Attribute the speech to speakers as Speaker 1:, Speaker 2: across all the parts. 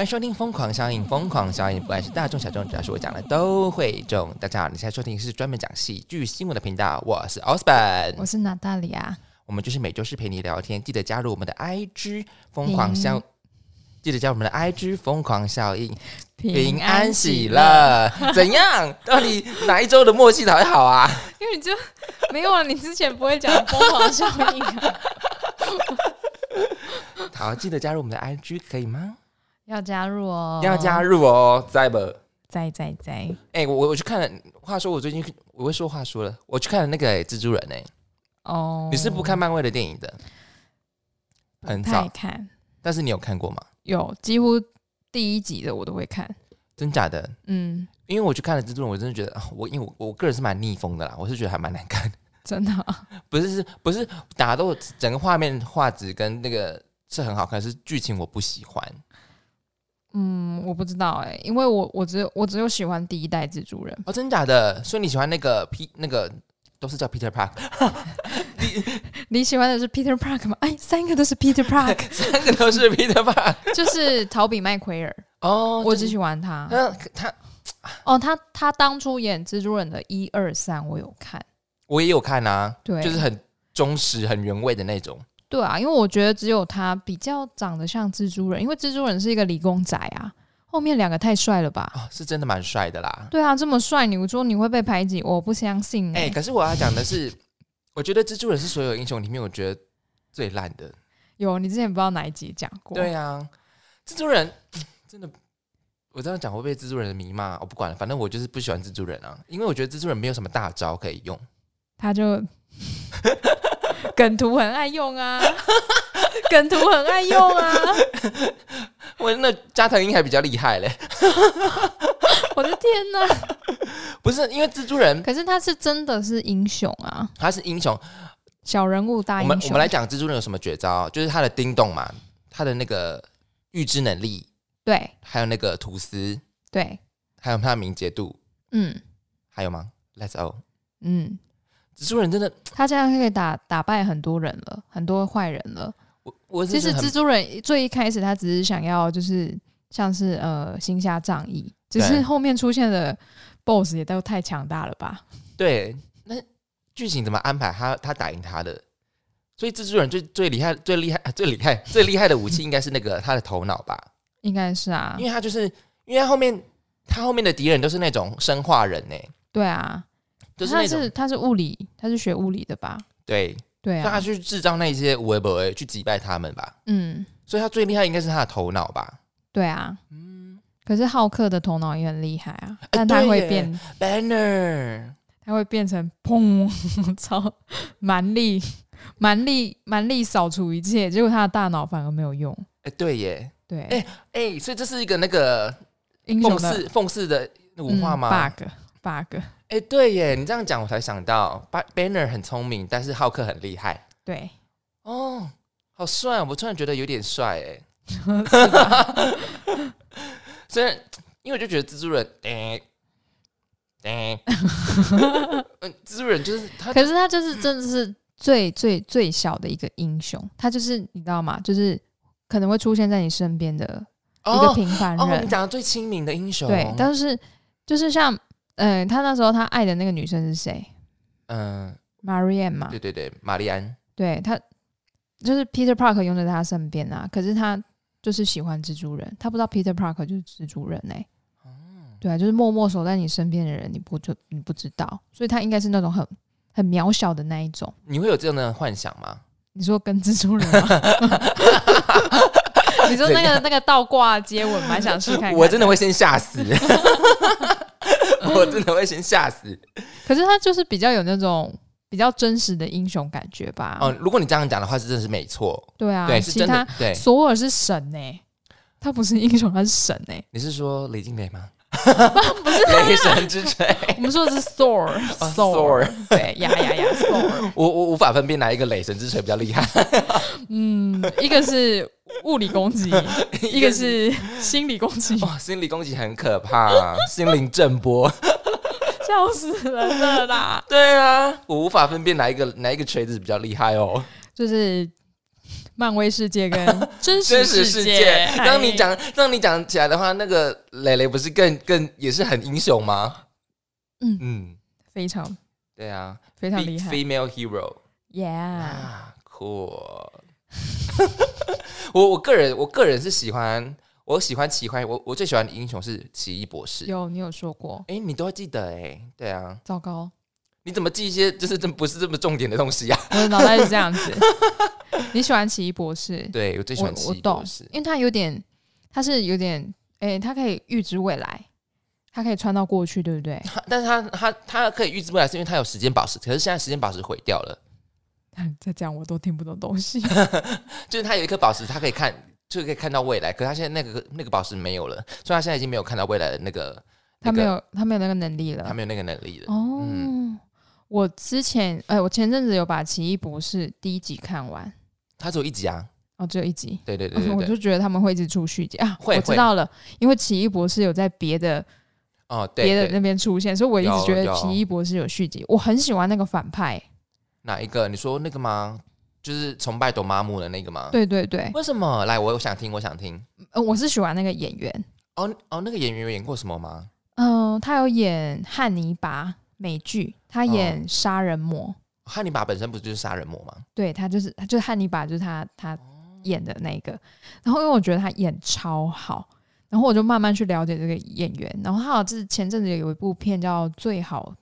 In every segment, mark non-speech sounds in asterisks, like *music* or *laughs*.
Speaker 1: 欢迎收听《疯狂效应》，疯狂效应不管是大众小众，只要是我讲的都会中。大家好，你现在收听是专门讲戏剧新闻的频道，我是 Osborn，
Speaker 2: 我是娜大里啊，
Speaker 1: 我们就是每周四陪你聊天，记得加入我们的 IG 疯狂效，记得加入我们的 IG 疯狂效应，平安喜，乐。怎样？到底哪一周的默契才会好啊？
Speaker 2: 因为你就没有啊，你之前不会讲疯狂效
Speaker 1: *laughs*
Speaker 2: 应啊，
Speaker 1: 好，记得加入我们的 IG 可以吗？
Speaker 2: 要加入哦，
Speaker 1: 要加，入哦，在不？
Speaker 2: 在在在，
Speaker 1: 哎、我我我去看了，话说我最近我会说话说了，我去看了那个、哎蜘蛛人哎、
Speaker 2: 哦，
Speaker 1: 你是不看漫威的电影的，很
Speaker 2: 太
Speaker 1: 少，
Speaker 2: 看，
Speaker 1: 但是你有看过吗？
Speaker 2: 有几乎第一集的我都会看，
Speaker 1: 真假的？
Speaker 2: 嗯，
Speaker 1: 因为我去看了蜘蛛人，我真的觉得，啊我因为我我个人是蛮逆风的啦，我是觉得还蛮难看， *laughs*
Speaker 2: 真的啊，
Speaker 1: 不是是不是打斗整个画面画质跟那个是很好看，是剧情我不喜欢。
Speaker 2: 嗯，我不知道哎、因为我我只有我只有喜欢第一代蜘蛛人，
Speaker 1: 哦，真假的？所以你喜欢那个 P 那个都是叫 Peter Park， *laughs*
Speaker 2: 你喜欢的是 Peter Park 吗？哎，三个都是 Peter
Speaker 1: *laughs*
Speaker 2: Park，
Speaker 1: 三个都是 Peter Park。
Speaker 2: 就是陶比麦奎尔，
Speaker 1: 哦，
Speaker 2: 我
Speaker 1: 就
Speaker 2: 只
Speaker 1: 是
Speaker 2: 喜欢他。
Speaker 1: 他他
Speaker 2: 哦，他他当初演蜘蛛人的一二三我有看，
Speaker 1: 我也有看啊，
Speaker 2: 对，
Speaker 1: 就是很忠实、很原味的那种。
Speaker 2: 对啊，因为我觉得只有他比较长得像蜘蛛人，因为蜘蛛人是一个理工仔啊，后面两个太帅了吧？
Speaker 1: 哦，是真的蛮帅的啦。
Speaker 2: 对啊，这么帅，你说你会被排挤？我不相信
Speaker 1: 哎、
Speaker 2: 哎、
Speaker 1: 可是我要讲的是，我觉得蜘蛛人是所有英雄里面我觉得最烂的。
Speaker 2: 有，你之前不知道哪一集讲过？
Speaker 1: 对啊，蜘蛛人嗯真的，我这样讲会被蜘蛛人迷骂。我不管了，反正我就是不喜欢蜘蛛人啊，因为我觉得蜘蛛人没有什么大招可以用。
Speaker 2: 他就 *laughs* 梗图很爱用啊， *laughs* 梗图很爱用啊，
Speaker 1: 我那加藤鹰还比较厉害嘞，
Speaker 2: 我的天哪！
Speaker 1: 不是因为蜘蛛人
Speaker 2: 可是他是真的是英雄啊，
Speaker 1: 他是英雄，
Speaker 2: 小人物大
Speaker 1: 我
Speaker 2: 英
Speaker 1: 们我
Speaker 2: 雄。
Speaker 1: 们来讲蜘蛛人有什么绝招，啊就是他的叮咚嘛，他的那个预知能力，
Speaker 2: 对
Speaker 1: 还有那个吐司，
Speaker 2: 对，
Speaker 1: 还有他的敏捷度，
Speaker 2: 嗯
Speaker 1: 还有吗？Let's go，
Speaker 2: 嗯，
Speaker 1: 蜘蛛人真的，
Speaker 2: 他这样可以打打败很多人了，很多坏人了。
Speaker 1: 我我
Speaker 2: 其
Speaker 1: 真
Speaker 2: 实
Speaker 1: 的很
Speaker 2: 蜘蛛人最一开始他只是想要就是像是呃行侠仗义，只
Speaker 1: 对
Speaker 2: 是后面出现的 BOSS 也都太强大了吧？
Speaker 1: 对，那剧情怎么安排他？他打赢他的，所以蜘蛛人最最厉害、最厉害、最厉害、最厉害的武器应该是那个他的头脑吧？
Speaker 2: 应该是啊
Speaker 1: 因，为他就是因为他后面他后面的敌人都是那种生化人呢、
Speaker 2: 对啊，
Speaker 1: 就是
Speaker 2: 他
Speaker 1: 那种
Speaker 2: 是他是物理，他是学物理的吧？
Speaker 1: 对，
Speaker 2: 对
Speaker 1: 让他
Speaker 2: 啊，
Speaker 1: 去制造那些无为不为去击败他们吧。
Speaker 2: 嗯，
Speaker 1: 所以他最厉害应该是他的头脑吧？
Speaker 2: 对啊。
Speaker 1: 嗯
Speaker 2: 可是浩克的头脑也很厉害啊，但他
Speaker 1: 呃对
Speaker 2: 会
Speaker 1: 耶
Speaker 2: 变，
Speaker 1: ，Banner，
Speaker 2: 他会变成砰， *laughs* 超蛮力，蛮力，蛮力扫除一切，结果他的大脑反而没有用。
Speaker 1: 哎、对耶，
Speaker 2: 对，
Speaker 1: 哎哎、所以这是一个那个
Speaker 2: 英雄
Speaker 1: 讽
Speaker 2: 的
Speaker 1: 刺讽刺的文化吗？
Speaker 2: 嗯、？bug bug，
Speaker 1: 哎、对耶，你这样讲我才想到，Ba-，Banner 很聪明，但是浩克很厉害
Speaker 2: 对。
Speaker 1: 哦，好帅哦！我突然觉得有点帅哎， *laughs* 虽然因为我就觉得蜘蛛人，哎、 *laughs* 哎，嗯蜘蛛人就是他，
Speaker 2: 可是他就是真的是最最最小的一个英雄，他就是你知道吗？就是可能会出现在你身边的一个
Speaker 1: 哦
Speaker 2: 平凡
Speaker 1: 哦，
Speaker 2: 人，
Speaker 1: 你讲的最亲民的英雄，
Speaker 2: 对。但是就是像，嗯、他那时候他爱的那个女生是谁
Speaker 1: 嗯、
Speaker 2: ？Marianne 嘛
Speaker 1: 对，对对，玛丽安，
Speaker 2: 对他就是 Peter Park 用在他身边啊，可是他就是喜欢蜘蛛人，他不知道 Peter Park 就是蜘蛛人哎、
Speaker 1: 哦
Speaker 2: 对啊，就是默默守在你身边的人，你不就你不知道，所以他应该是那种很很渺小的那一种。
Speaker 1: 你会有这样的幻想吗？
Speaker 2: 你说跟蜘蛛人吗？
Speaker 1: *laughs*
Speaker 2: 你说那个那个倒挂接吻，蛮想试看看。
Speaker 1: 我真的，会先吓
Speaker 2: *laughs*
Speaker 1: 死， *laughs* 我真的会先吓死。
Speaker 2: *laughs* 可是他就是比较有那种比较真实的英雄感觉吧？
Speaker 1: 哦，如果你这样讲的话，是真的是没错，
Speaker 2: 对啊，
Speaker 1: 对，是
Speaker 2: 其
Speaker 1: 真的
Speaker 2: 他， *laughs*
Speaker 1: 对。
Speaker 2: 索尔是神呢、他不是英雄，他是神欸呢、
Speaker 1: *laughs* 你是说雷金雷
Speaker 2: *laughs*
Speaker 1: 吗？不是
Speaker 2: 啊
Speaker 1: 雷神之锤，
Speaker 2: 我们说的是
Speaker 1: 哦
Speaker 2: Thor，Thor，、
Speaker 1: Thor
Speaker 2: 对呀呀呀
Speaker 1: *laughs*
Speaker 2: ，Thor，
Speaker 1: 我 *laughs* 我无法分辨哪一个雷神之锤比较厉害，
Speaker 2: 嗯，一个是物理攻击， *laughs* 一个是心理攻
Speaker 1: *laughs*
Speaker 2: 击，
Speaker 1: 哇，心理攻击很可怕、
Speaker 2: *laughs*
Speaker 1: 心灵震波。
Speaker 2: 笑死人了啦！ *laughs*
Speaker 1: 对啊，我无法分辨哪一个哪一个锤子比较厉害哦。
Speaker 2: 就是漫威世界
Speaker 1: *laughs*
Speaker 2: 跟
Speaker 3: 真
Speaker 1: 真
Speaker 3: 实世
Speaker 1: 实世界。让你
Speaker 3: 哎
Speaker 1: 讲，让你讲起来的话，那个蕾蕾不是更更也是很英雄吗？
Speaker 2: 嗯
Speaker 1: 嗯，
Speaker 2: 非常
Speaker 1: 对啊，
Speaker 2: 非常厉害
Speaker 1: female hero
Speaker 2: ，Yeah，
Speaker 1: 啊，cool。我我个人我个人是喜欢，我喜欢奇幻，我我最喜欢的英雄是奇异博士。
Speaker 2: 有你有说过，
Speaker 1: 哎、你都会记得哎、对啊，
Speaker 2: 糟
Speaker 1: *laughs*
Speaker 2: 糕，
Speaker 1: 你怎么记一些就是这不是这么重点的东西
Speaker 2: *laughs*
Speaker 1: 啊？
Speaker 2: 我的脑袋是这样子。 *laughs* 你喜欢奇异博士？
Speaker 1: 对我最喜
Speaker 2: 我
Speaker 1: 欢奇
Speaker 2: 我
Speaker 1: 异
Speaker 2: 懂
Speaker 1: 博士，，
Speaker 2: 因为他有点，他是有点，哎，他可以预知未来，他可以穿到过去，对不
Speaker 1: *laughs*
Speaker 2: 对？ *laughs*
Speaker 1: 他但是他他他可以预知未来，是因为他有时间宝石，可是现在时间宝石毁掉了，
Speaker 2: 在讲我都听不懂东西。
Speaker 1: 就是他有一颗宝石，他可以看。就可以看到未来，可是他现在那个那个宝石没有了，所以他现在已经没有看到未来的那个，
Speaker 2: 他
Speaker 1: 那
Speaker 2: 没
Speaker 1: 个
Speaker 2: 有，他没有那个能力了
Speaker 1: 他。没有那个能力了。
Speaker 2: 哦，
Speaker 1: 嗯
Speaker 2: 我之前，哎，我前阵子有把《奇异博士》第一集看完，
Speaker 1: 他只有一集啊，
Speaker 2: 哦，只有一集。
Speaker 1: 对对对对
Speaker 2: *laughs* 哦我
Speaker 1: 对，
Speaker 2: 就觉得他们会一直出续集啊，
Speaker 1: 会
Speaker 2: 我知
Speaker 1: 会
Speaker 2: 道了，因为奇异博士有在别的
Speaker 1: 哦
Speaker 2: 别
Speaker 1: 对
Speaker 2: 的
Speaker 1: 对，
Speaker 2: 那边出现，所以我一直
Speaker 1: 有
Speaker 2: 觉得
Speaker 1: 有
Speaker 2: 奇异博士有续集。我很喜欢那个反派，
Speaker 1: 哪一个？你说那个吗？就是崇拜朵妈姆的那个吗？，
Speaker 2: 对对对，
Speaker 1: 为什么？来，我我想听，我想听。
Speaker 2: 呃，我是喜欢那个演员，
Speaker 1: 哦哦，那个演员有演过什么吗？
Speaker 2: 嗯、他有演汉尼拔美剧，他
Speaker 1: 哦
Speaker 2: 演杀人魔，
Speaker 1: 汉尼拔本身不就是杀人魔吗？
Speaker 2: 对他就是他就是汉尼拔，就是他他演的那个。然后因为我觉得他演超好，然后我就慢慢去了解这个演员。然后他好像是前阵子有一部片叫《最好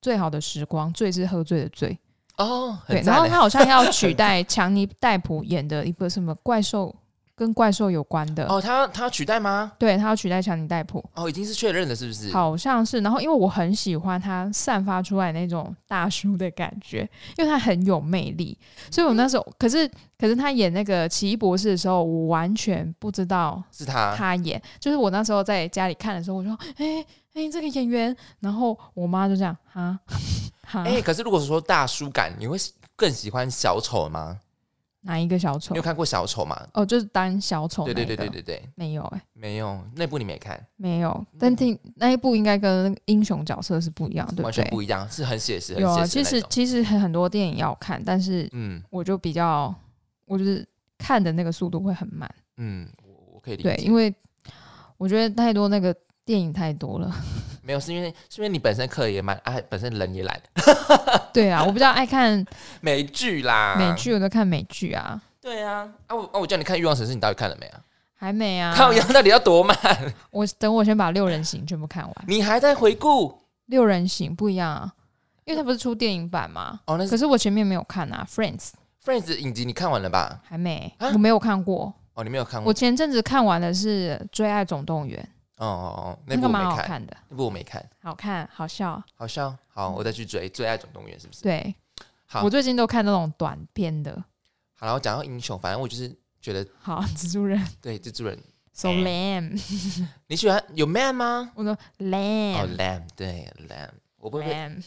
Speaker 2: 最好的时光》，醉是喝醉的醉，
Speaker 1: 哦，很
Speaker 2: 对。然
Speaker 1: 赞
Speaker 2: 后
Speaker 1: 欸
Speaker 2: 他好像要
Speaker 1: *laughs*
Speaker 2: 取代强尼戴普演的一部什么怪兽跟怪兽有关的，
Speaker 1: 哦，他他要取代吗？
Speaker 2: 对他要取代强尼戴普。
Speaker 1: 哦，已经是确认了，是不是？，
Speaker 2: 好像是，然后因为我很喜欢他散发出来那种大叔的感觉，因为他很有魅力，所以我那时候可是可是他演那个奇异博士的时候，我完全不知道
Speaker 1: 是他。
Speaker 2: 他演，就是我那时候在家里看的时候，我说哎哎、这个演员，然后我妈就这样哈 *laughs* 哈、
Speaker 1: 哎、可是如果说大叔感，你会更喜欢小丑吗？
Speaker 2: 哪一个小丑
Speaker 1: 你有？看过小丑吗？
Speaker 2: 哦，就是当小丑那
Speaker 1: 对对
Speaker 2: 个，
Speaker 1: 对对对对，
Speaker 2: 没有哎、
Speaker 1: 没有，那部你没看，嗯
Speaker 2: 没有，但听那一部应该跟英雄角色是不一样，对
Speaker 1: 完
Speaker 2: 不
Speaker 1: 全
Speaker 2: 对？
Speaker 1: 不一样，是很写实，很
Speaker 2: 有啊，
Speaker 1: 写实的
Speaker 2: 其
Speaker 1: 那
Speaker 2: 实
Speaker 1: 种。
Speaker 2: 其实很很多电影要看，但是
Speaker 1: 嗯
Speaker 2: 我就比较，我就是看的那个速度会很慢，
Speaker 1: 嗯，我我可以理解。
Speaker 2: 对，因为我觉得太多那个电影太多了， *laughs*
Speaker 1: 没有，是因为是因为你本身课也蛮，啊，本身人也懒，
Speaker 2: 对啊，我比较爱看
Speaker 1: 美剧啦，
Speaker 2: 美，剧，我都看美剧啊，
Speaker 1: 对啊，啊我啊我叫你看《欲望城市》，你到底看了没啊？
Speaker 2: 还没啊，
Speaker 1: 靠腰到底要多慢？
Speaker 2: 我等我先把《六人行》全部看完，《
Speaker 1: 你还在回顾？
Speaker 2: 六人行》不一样啊，因为它不是出电影版嘛，
Speaker 1: 哦，那是
Speaker 2: 可是我前面没有看啊，《Friends》
Speaker 1: Friends 影集，你看完了吧？
Speaker 2: 还没，
Speaker 1: 啊
Speaker 2: 我没有看过，
Speaker 1: 哦，你没有看过
Speaker 2: 我？前阵子看完的是《追爱总动员》，
Speaker 1: 哦哦哦，那
Speaker 2: 那
Speaker 1: 部
Speaker 2: 个
Speaker 1: 我
Speaker 2: 蛮
Speaker 1: 没
Speaker 2: 好
Speaker 1: 看，
Speaker 2: 看的，
Speaker 1: 那部我没看，
Speaker 2: 好看好笑，
Speaker 1: 好像好，我再去追《最爱总动员》，是不是？
Speaker 2: 对
Speaker 1: 好
Speaker 2: 我最近都看那种短片的，
Speaker 1: 好了，我讲到英雄，反正我就是觉得 *laughs*
Speaker 2: 好，蜘蛛人。
Speaker 1: 对蜘蛛人，
Speaker 2: So lame，
Speaker 1: 你喜欢有 man 吗？
Speaker 2: 我说
Speaker 1: 哦
Speaker 2: lamb
Speaker 1: ，lamb，对 lamb，我不会，
Speaker 2: lamb，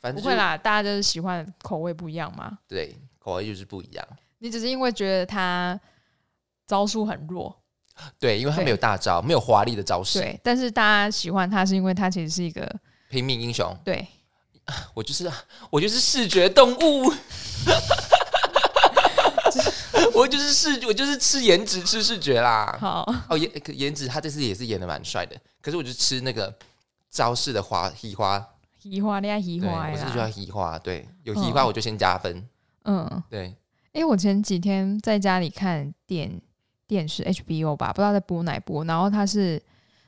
Speaker 1: 反
Speaker 2: 不
Speaker 1: 正
Speaker 2: 会
Speaker 1: 就是
Speaker 2: 啦，大家就是喜欢的口味不一样嘛。
Speaker 1: 对口味就是不一样，
Speaker 2: 你只是因为觉得他招数很弱，
Speaker 1: 对，因为他
Speaker 2: 对
Speaker 1: 没有大招，没有华丽的招式，
Speaker 2: 对，但是大家喜欢他是因为他其实是一个
Speaker 1: 平民英雄，
Speaker 2: 对，
Speaker 1: 我就是我就是视觉动物， *laughs* 我就是视我就是吃颜值吃视觉啦。
Speaker 2: 好，
Speaker 1: 哦颜可颜值他这次也是演的蛮帅的，可是我就吃那个招式的花移花，
Speaker 2: 移花恋爱移
Speaker 1: 对，
Speaker 2: 花
Speaker 1: 我是觉得
Speaker 2: 啦，
Speaker 1: 移花，对，有移花
Speaker 2: 嗯
Speaker 1: 我就先加分，
Speaker 2: 嗯，
Speaker 1: 对，
Speaker 2: 诶，我前几天在家里看电电视 HBO 吧，不知道在播哪一部，然后他是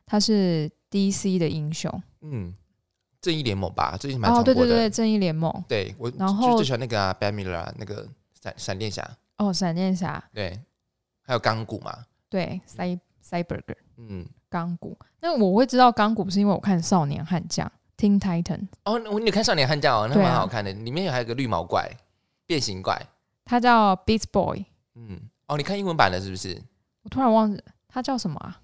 Speaker 2: 他是 DC 的英雄，
Speaker 1: 嗯，正义联盟吧，最近蛮
Speaker 2: 哦，
Speaker 1: 常
Speaker 2: 对
Speaker 1: 播
Speaker 2: 对
Speaker 1: 的
Speaker 2: 对，，正义联盟，
Speaker 1: 对我
Speaker 2: 然
Speaker 1: 就
Speaker 2: 后
Speaker 1: 最喜欢那个啊 b a m i l a 那个闪闪电侠，
Speaker 2: 哦，闪电侠，
Speaker 1: 对，还有钢骨嘛，
Speaker 2: 对，Cy Cyberger。
Speaker 1: 嗯，
Speaker 2: 钢骨。那我会知道钢骨是因为我看《少年悍将》（Teen Titan），
Speaker 1: 哦，我你有看少年悍将哦，那
Speaker 2: 对啊
Speaker 1: 蛮好看的，里面有还有个绿毛怪，变形怪。
Speaker 2: 他叫 Beast Boy，
Speaker 1: 嗯，哦，你看英文版的是不是？
Speaker 2: 我突然忘记他叫什么啊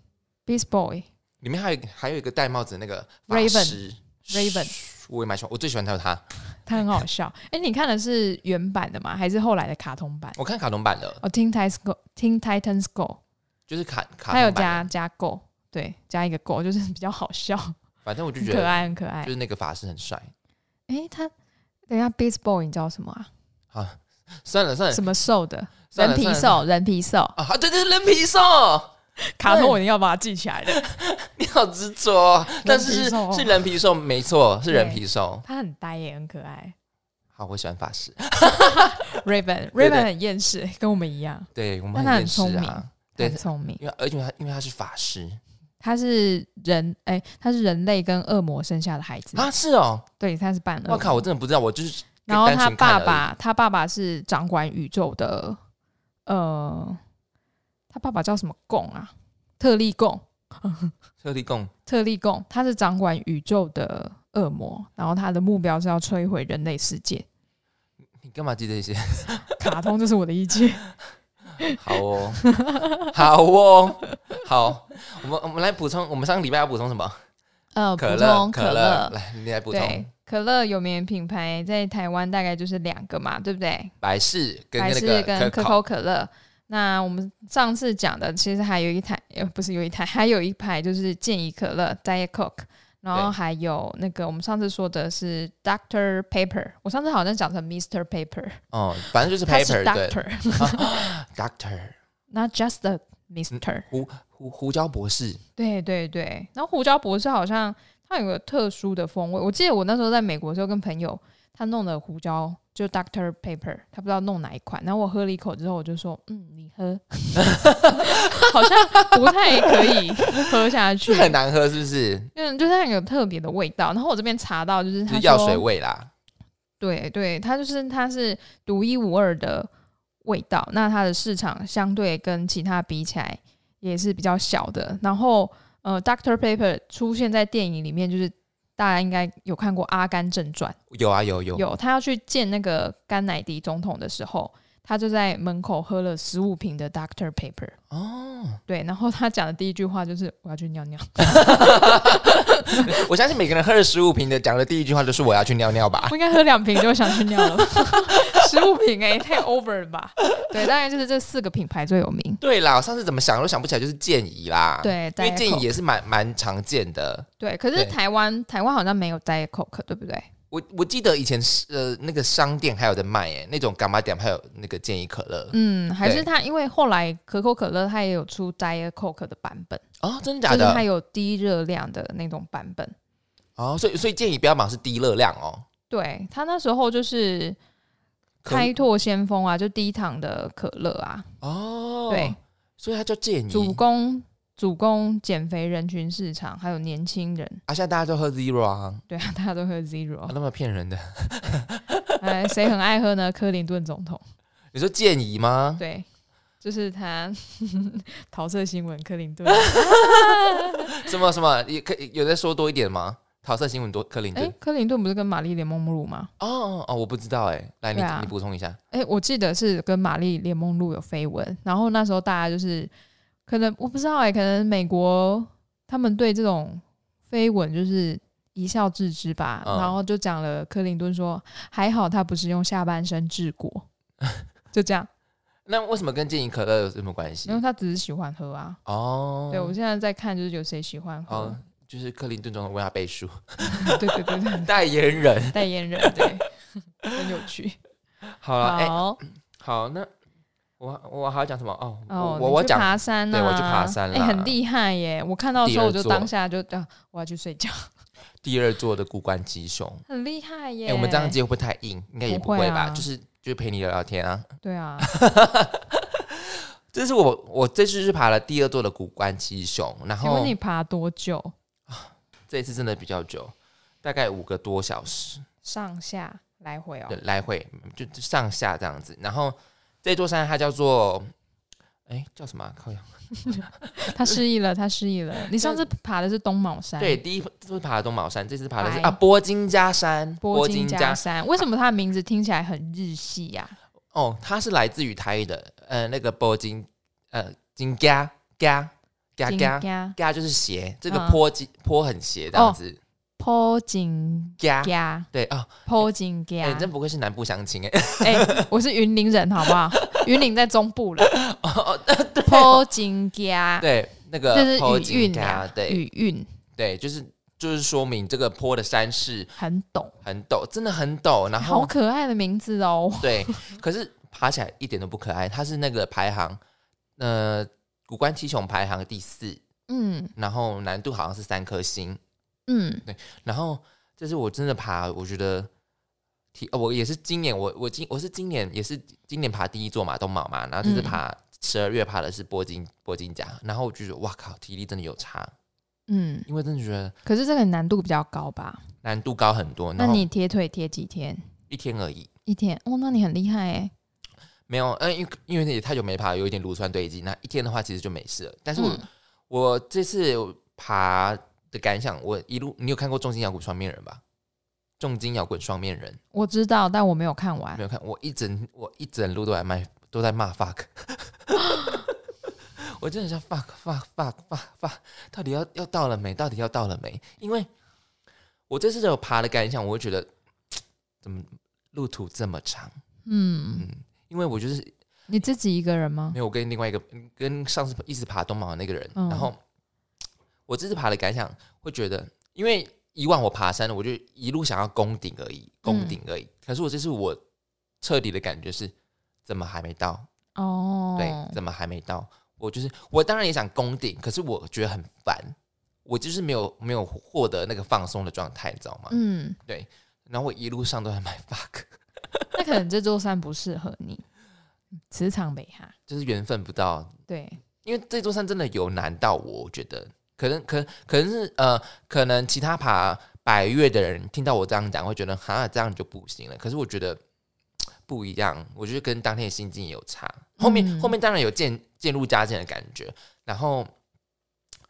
Speaker 2: ？Beast Boy，
Speaker 1: 里面还有一个还有一个戴帽子的那个
Speaker 2: Raven
Speaker 1: 师
Speaker 2: Raven
Speaker 1: 嘘我也蛮喜欢，我最喜欢他有他。
Speaker 2: 他很好笑。哎、你看的是原版的吗？还是后来的卡通版？
Speaker 1: 我看卡通版的，
Speaker 2: 哦，Teen Titans Go，Teen Titans Go，
Speaker 1: 就是卡卡
Speaker 2: 他有
Speaker 1: 通版
Speaker 2: 加
Speaker 1: 的，
Speaker 2: 加 Go，对，加一个 Go，就是比较好笑，
Speaker 1: 反正我就
Speaker 2: 很
Speaker 1: 觉
Speaker 2: 可
Speaker 1: 得
Speaker 2: 爱，很可爱
Speaker 1: 就。是那个法师很帅
Speaker 2: 哎、他等一下 Beast Boy 你叫什么啊？
Speaker 1: 啊。算了算了
Speaker 2: 什么兽的？
Speaker 1: 算
Speaker 2: 人
Speaker 1: 了
Speaker 2: 皮
Speaker 1: 算了
Speaker 2: 兽，人皮兽，
Speaker 1: 啊，对对，人皮兽，
Speaker 2: *laughs* 卡通我一定要把它记起来的。
Speaker 1: 你好执着哦，但是
Speaker 2: 人皮兽
Speaker 1: 是是人皮兽，没错，是人皮兽。
Speaker 2: 它很呆也很可爱。
Speaker 1: 好，我喜欢法师，
Speaker 2: Raven
Speaker 1: *laughs* 对对
Speaker 2: Raven 很厌世，跟我们一样，
Speaker 1: 对我们
Speaker 2: 但他
Speaker 1: 很
Speaker 2: 很
Speaker 1: 厌世
Speaker 2: 聪明
Speaker 1: 啊，，对
Speaker 2: 很聪明。
Speaker 1: 因为而且他因为他是法师
Speaker 2: 他是人，哎、他是人类跟恶魔生下的孩子，
Speaker 1: 啊，是哦，
Speaker 2: 对，他是半恶魔。
Speaker 1: 我靠，我真的不知道，我就是
Speaker 2: 嗯然后
Speaker 1: 单
Speaker 2: 他
Speaker 1: 纯看
Speaker 2: 爸
Speaker 1: 而已
Speaker 2: 爸，他爸爸是掌管宇宙的，呃，他爸爸叫什么贡啊？特利贡，
Speaker 1: 特地贡
Speaker 2: 特利贡，他是掌管宇宙的恶魔，然后他的目标是要摧毁人类世界。
Speaker 1: 你干嘛记这些？
Speaker 2: 卡通就是我的意见，
Speaker 1: 好哦， *laughs* 好哦，好，我们我们来补充，我们上个礼拜要补充什么？
Speaker 2: *laughs* 呃，补
Speaker 1: 可乐，
Speaker 2: 充
Speaker 1: 可乐，来，你来补
Speaker 2: 对
Speaker 1: 充，
Speaker 2: 可乐有名的品牌在台湾大概就是两个嘛，对不对？
Speaker 1: 百事跟
Speaker 2: 百
Speaker 1: 那
Speaker 2: 事
Speaker 1: 个
Speaker 2: 跟可
Speaker 1: 可
Speaker 2: 口可乐。那我们上次讲的，其实还有一台，呃，不是有一台， *laughs* 还有一排就是健怡可乐 （Diet Coke），然后
Speaker 1: 对
Speaker 2: 还有那个我们上次说的是 Doctor Paper，我上次好像讲成 Mr. Paper，
Speaker 1: 哦，反正就是
Speaker 2: 它是
Speaker 1: paper 对
Speaker 2: Doctor，
Speaker 1: ，doctor
Speaker 2: 那 just the Mr.
Speaker 1: 胡胡胡椒博士，
Speaker 2: 对对对，然后胡椒博士好像它有个特殊的风味，我记得我那时候在美国的时候跟朋友他弄的胡椒就 Doctor Pepper，他不知道弄哪一款，然后我喝了一口之后我就说，嗯，你喝， *laughs* 好像不太可以喝下去
Speaker 1: 是，很难喝，是不是？
Speaker 2: 嗯，就是它有特别的味道。然后我这边查到就是
Speaker 1: 就
Speaker 2: 它
Speaker 1: 是
Speaker 2: 说
Speaker 1: 药水味啦，
Speaker 2: 对对，它就是它是独一无二的味道。那它的市场相对跟其他比起来也是比较小的。然后呃，Doctor Paper 出现在电影里面，就是大家应该有看过《阿甘正传
Speaker 1: 有啊有有》，
Speaker 2: 有他要去见那个甘乃迪总统的时候，他就在门口喝了十五瓶的 Doctor Paper。
Speaker 1: 哦，
Speaker 2: 对，然后他讲的第一句话就是我要去尿尿，
Speaker 1: 我相信每个人喝了十五瓶的，讲的第一句话就是我要去尿尿吧。
Speaker 2: *laughs* 我应该喝两瓶就想去尿了 *laughs* 吧，十五瓶哎、太 over 了吧？对，大概就是这四个品牌最有名。
Speaker 1: 对啦，我上次怎么想都想不起来，就是建议啦。，
Speaker 2: 对，
Speaker 1: 因为
Speaker 2: Diet
Speaker 1: 建议
Speaker 2: Coke
Speaker 1: 也是蛮蛮常见的。
Speaker 2: 对，可是
Speaker 1: 对
Speaker 2: 台湾台湾好像没有 Diet Coke，对不对？
Speaker 1: 我我记得以前是呃那个商店还有在卖诶、那种干妈店还有那个健怡可乐、
Speaker 2: 嗯，还
Speaker 1: 对
Speaker 2: 是它因为后来可口可乐它也有出 Diet Coke 的版本，
Speaker 1: 哦，真的
Speaker 2: 就
Speaker 1: 假
Speaker 2: 是
Speaker 1: 的
Speaker 2: 它？有低热量的那种版本。
Speaker 1: 哦，所以所以健怡标榜是低热量哦，
Speaker 2: 对，它那时候就是
Speaker 1: 可
Speaker 2: 开拓先锋啊，就低糖的可乐啊，
Speaker 1: 哦，
Speaker 2: 对，
Speaker 1: 所以它叫健怡。
Speaker 2: 主攻主攻减肥人群市场，还有年轻人。
Speaker 1: 啊，现在大家都喝 zero 啊，
Speaker 2: 对啊，大家都喝
Speaker 1: 啊
Speaker 2: Zero，
Speaker 1: 那么骗人的。
Speaker 2: 哎，谁很爱喝呢？克林顿总统，
Speaker 1: 你说健怡吗？
Speaker 2: 对，就是他 *laughs* 桃色新闻，克林顿。
Speaker 1: 什么什么？也可以有再说多一点吗？桃色新闻多克林
Speaker 2: 哎、
Speaker 1: 顿。
Speaker 2: 克林顿不是跟玛丽莲梦露吗？
Speaker 1: 哦哦哦，我不知道哎，来你
Speaker 2: 对啊
Speaker 1: 你补充一下。
Speaker 2: 哎、我记得是跟玛丽莲梦露有绯闻，然后那时候大家就是可能我不知道哎、可能美国他们对这种绯闻就是一笑置之吧，
Speaker 1: 嗯
Speaker 2: 然后就讲了克林顿说还好他不是用下半身治
Speaker 1: *laughs*
Speaker 2: 国，就这样，
Speaker 1: 那为什么跟健怡可乐有什么关系
Speaker 2: 因为？他只是喜欢喝啊。
Speaker 1: 哦，
Speaker 2: 对我现在在看就是有谁喜欢喝，嗯
Speaker 1: 哦，就是克林顿总统为他背书，
Speaker 2: 对对对对，
Speaker 1: 代言
Speaker 2: *laughs*
Speaker 1: 人。
Speaker 2: 代言人对，很有趣。
Speaker 1: 好了，哎，
Speaker 2: 好，
Speaker 1: 好，那我我还要讲什么？哦，我
Speaker 2: 哦，你
Speaker 1: 我
Speaker 2: 去
Speaker 1: 讲
Speaker 2: 爬山、啊，
Speaker 1: 对我去爬山
Speaker 2: 哎、
Speaker 1: 啦
Speaker 2: 很厉害耶！我看到的时候，我就
Speaker 1: 第二座
Speaker 2: 当下就啊，我要去睡觉，
Speaker 1: 第二座的骨关鸡胸。
Speaker 2: *laughs* 很厉害耶！
Speaker 1: 哎，我们这样接会不会太硬？应该也
Speaker 2: 不
Speaker 1: 不
Speaker 2: 会
Speaker 1: 会吧？
Speaker 2: 啊
Speaker 1: 就是就是陪你聊聊天啊。
Speaker 2: 对啊，
Speaker 1: 这是我我这次是爬了第二座的骨关鸡胸，然
Speaker 2: 请
Speaker 1: 后
Speaker 2: 问你爬多久？
Speaker 1: 这一次真的比较久，大概五个多小时，
Speaker 2: 上下来回哦
Speaker 1: 对，，来回就就上下这样子。然后这座山它叫做，哎，叫什么啊、靠呀，
Speaker 2: 他失忆了，他失忆 *laughs* 了。你上次爬的是东卯山，
Speaker 1: 对，，第一次爬的东毛山，这次爬的是
Speaker 2: 白
Speaker 1: 啊波金加山，
Speaker 2: 波金加山。为什么它的名字听起来很日系啊呀、
Speaker 1: 哦，它是来自于台语的，呃，那个波金，呃，金加加加
Speaker 2: 金
Speaker 1: 加
Speaker 2: 加
Speaker 1: 加就是斜，这个
Speaker 2: 嗯哦
Speaker 1: 坡金、坡很斜这样子，
Speaker 2: 坡金
Speaker 1: 加
Speaker 2: 加
Speaker 1: 对啊，
Speaker 2: 坡金加
Speaker 1: 哎、。真不愧是南部相亲哎、
Speaker 2: *laughs* 哎、我是云林人，好
Speaker 1: *laughs*
Speaker 2: 不好？云林在中部了。
Speaker 1: 哦
Speaker 2: 坡金加，
Speaker 1: 对，那
Speaker 2: 啊就
Speaker 1: 个坡
Speaker 2: 是语
Speaker 1: 金
Speaker 2: 韵
Speaker 1: 加，
Speaker 2: 啊，
Speaker 1: 对
Speaker 2: 语韵
Speaker 1: 对，就是就是说明这个坡的山势
Speaker 2: 很懂。
Speaker 1: 很陡，真的很陡，然
Speaker 2: 好
Speaker 1: 后
Speaker 2: 可爱的名字哦！
Speaker 1: 对，可是爬起来一点都不可爱，它是那个排行，呃，古关七雄排行第四，
Speaker 2: 嗯
Speaker 1: 然后难度好像是三颗星，
Speaker 2: 嗯，
Speaker 1: 然后这是我真的爬，我觉得体、哦我也是今年我我今我是今年也是今年爬第一座马东马嘛，然后这次
Speaker 2: 嗯
Speaker 1: 爬十二月爬的是铂金铂金甲，然后我就觉得哇靠，体力真的有差，
Speaker 2: 嗯，
Speaker 1: 因为真的觉得
Speaker 2: 可是这个难度比较高吧？
Speaker 1: 难度高很多，
Speaker 2: 那
Speaker 1: 然后
Speaker 2: 你贴腿贴几天？
Speaker 1: 一天而已。
Speaker 2: 一天哦，那你很厉害哎。
Speaker 1: 没有，嗯，因为因为也太久没爬了，有一点乳酸堆积。那一天的话，其实就没事了。但是我、
Speaker 2: 嗯
Speaker 1: 我这次爬的感想，我一路你有看过《重金摇滚双面人》吧？《重金摇滚双面人》
Speaker 2: 我知道，但我没有看完
Speaker 1: 没。有看，我一整我一整路都在骂，都在骂 fuck，我真的像 fuck fuck fuck fuck fuck，到底要要到了没？到底要到了没？因为我这次有爬的感想，我会觉得怎么路途这么长？
Speaker 2: 嗯，
Speaker 1: 嗯，因为我就是
Speaker 2: 你自己一个人吗
Speaker 1: 没？有，我跟另外一个跟上次一直爬东毛的那个人，
Speaker 2: 嗯
Speaker 1: 然后我这次爬的感想会觉得，因为以往我爬山，我就一路想要攻顶而已，攻
Speaker 2: 嗯
Speaker 1: 顶而已。可是我这次我彻底的感觉是，怎么还没到？
Speaker 2: 哦，
Speaker 1: 对，怎么还没到？我就是我当然也想攻顶，可是我觉得很烦，我就是没有没有获得那个放松的状态，你知道吗？
Speaker 2: 嗯，
Speaker 1: 然后我一路上都在买 *laughs* fuck，
Speaker 2: 那可能这座山不适合你，磁场北哈。
Speaker 1: 就是缘分不到，
Speaker 2: 对，
Speaker 1: 因为这座山真的有难到我，我觉得可能可可能是呃，可能其他爬百越的人听到我这样讲，会觉得哈这样就不行了。可是我觉得嘖不一样，我觉得跟当天的心境也有差。后面、
Speaker 2: 嗯
Speaker 1: 后面当然有渐渐入佳境的感觉，然后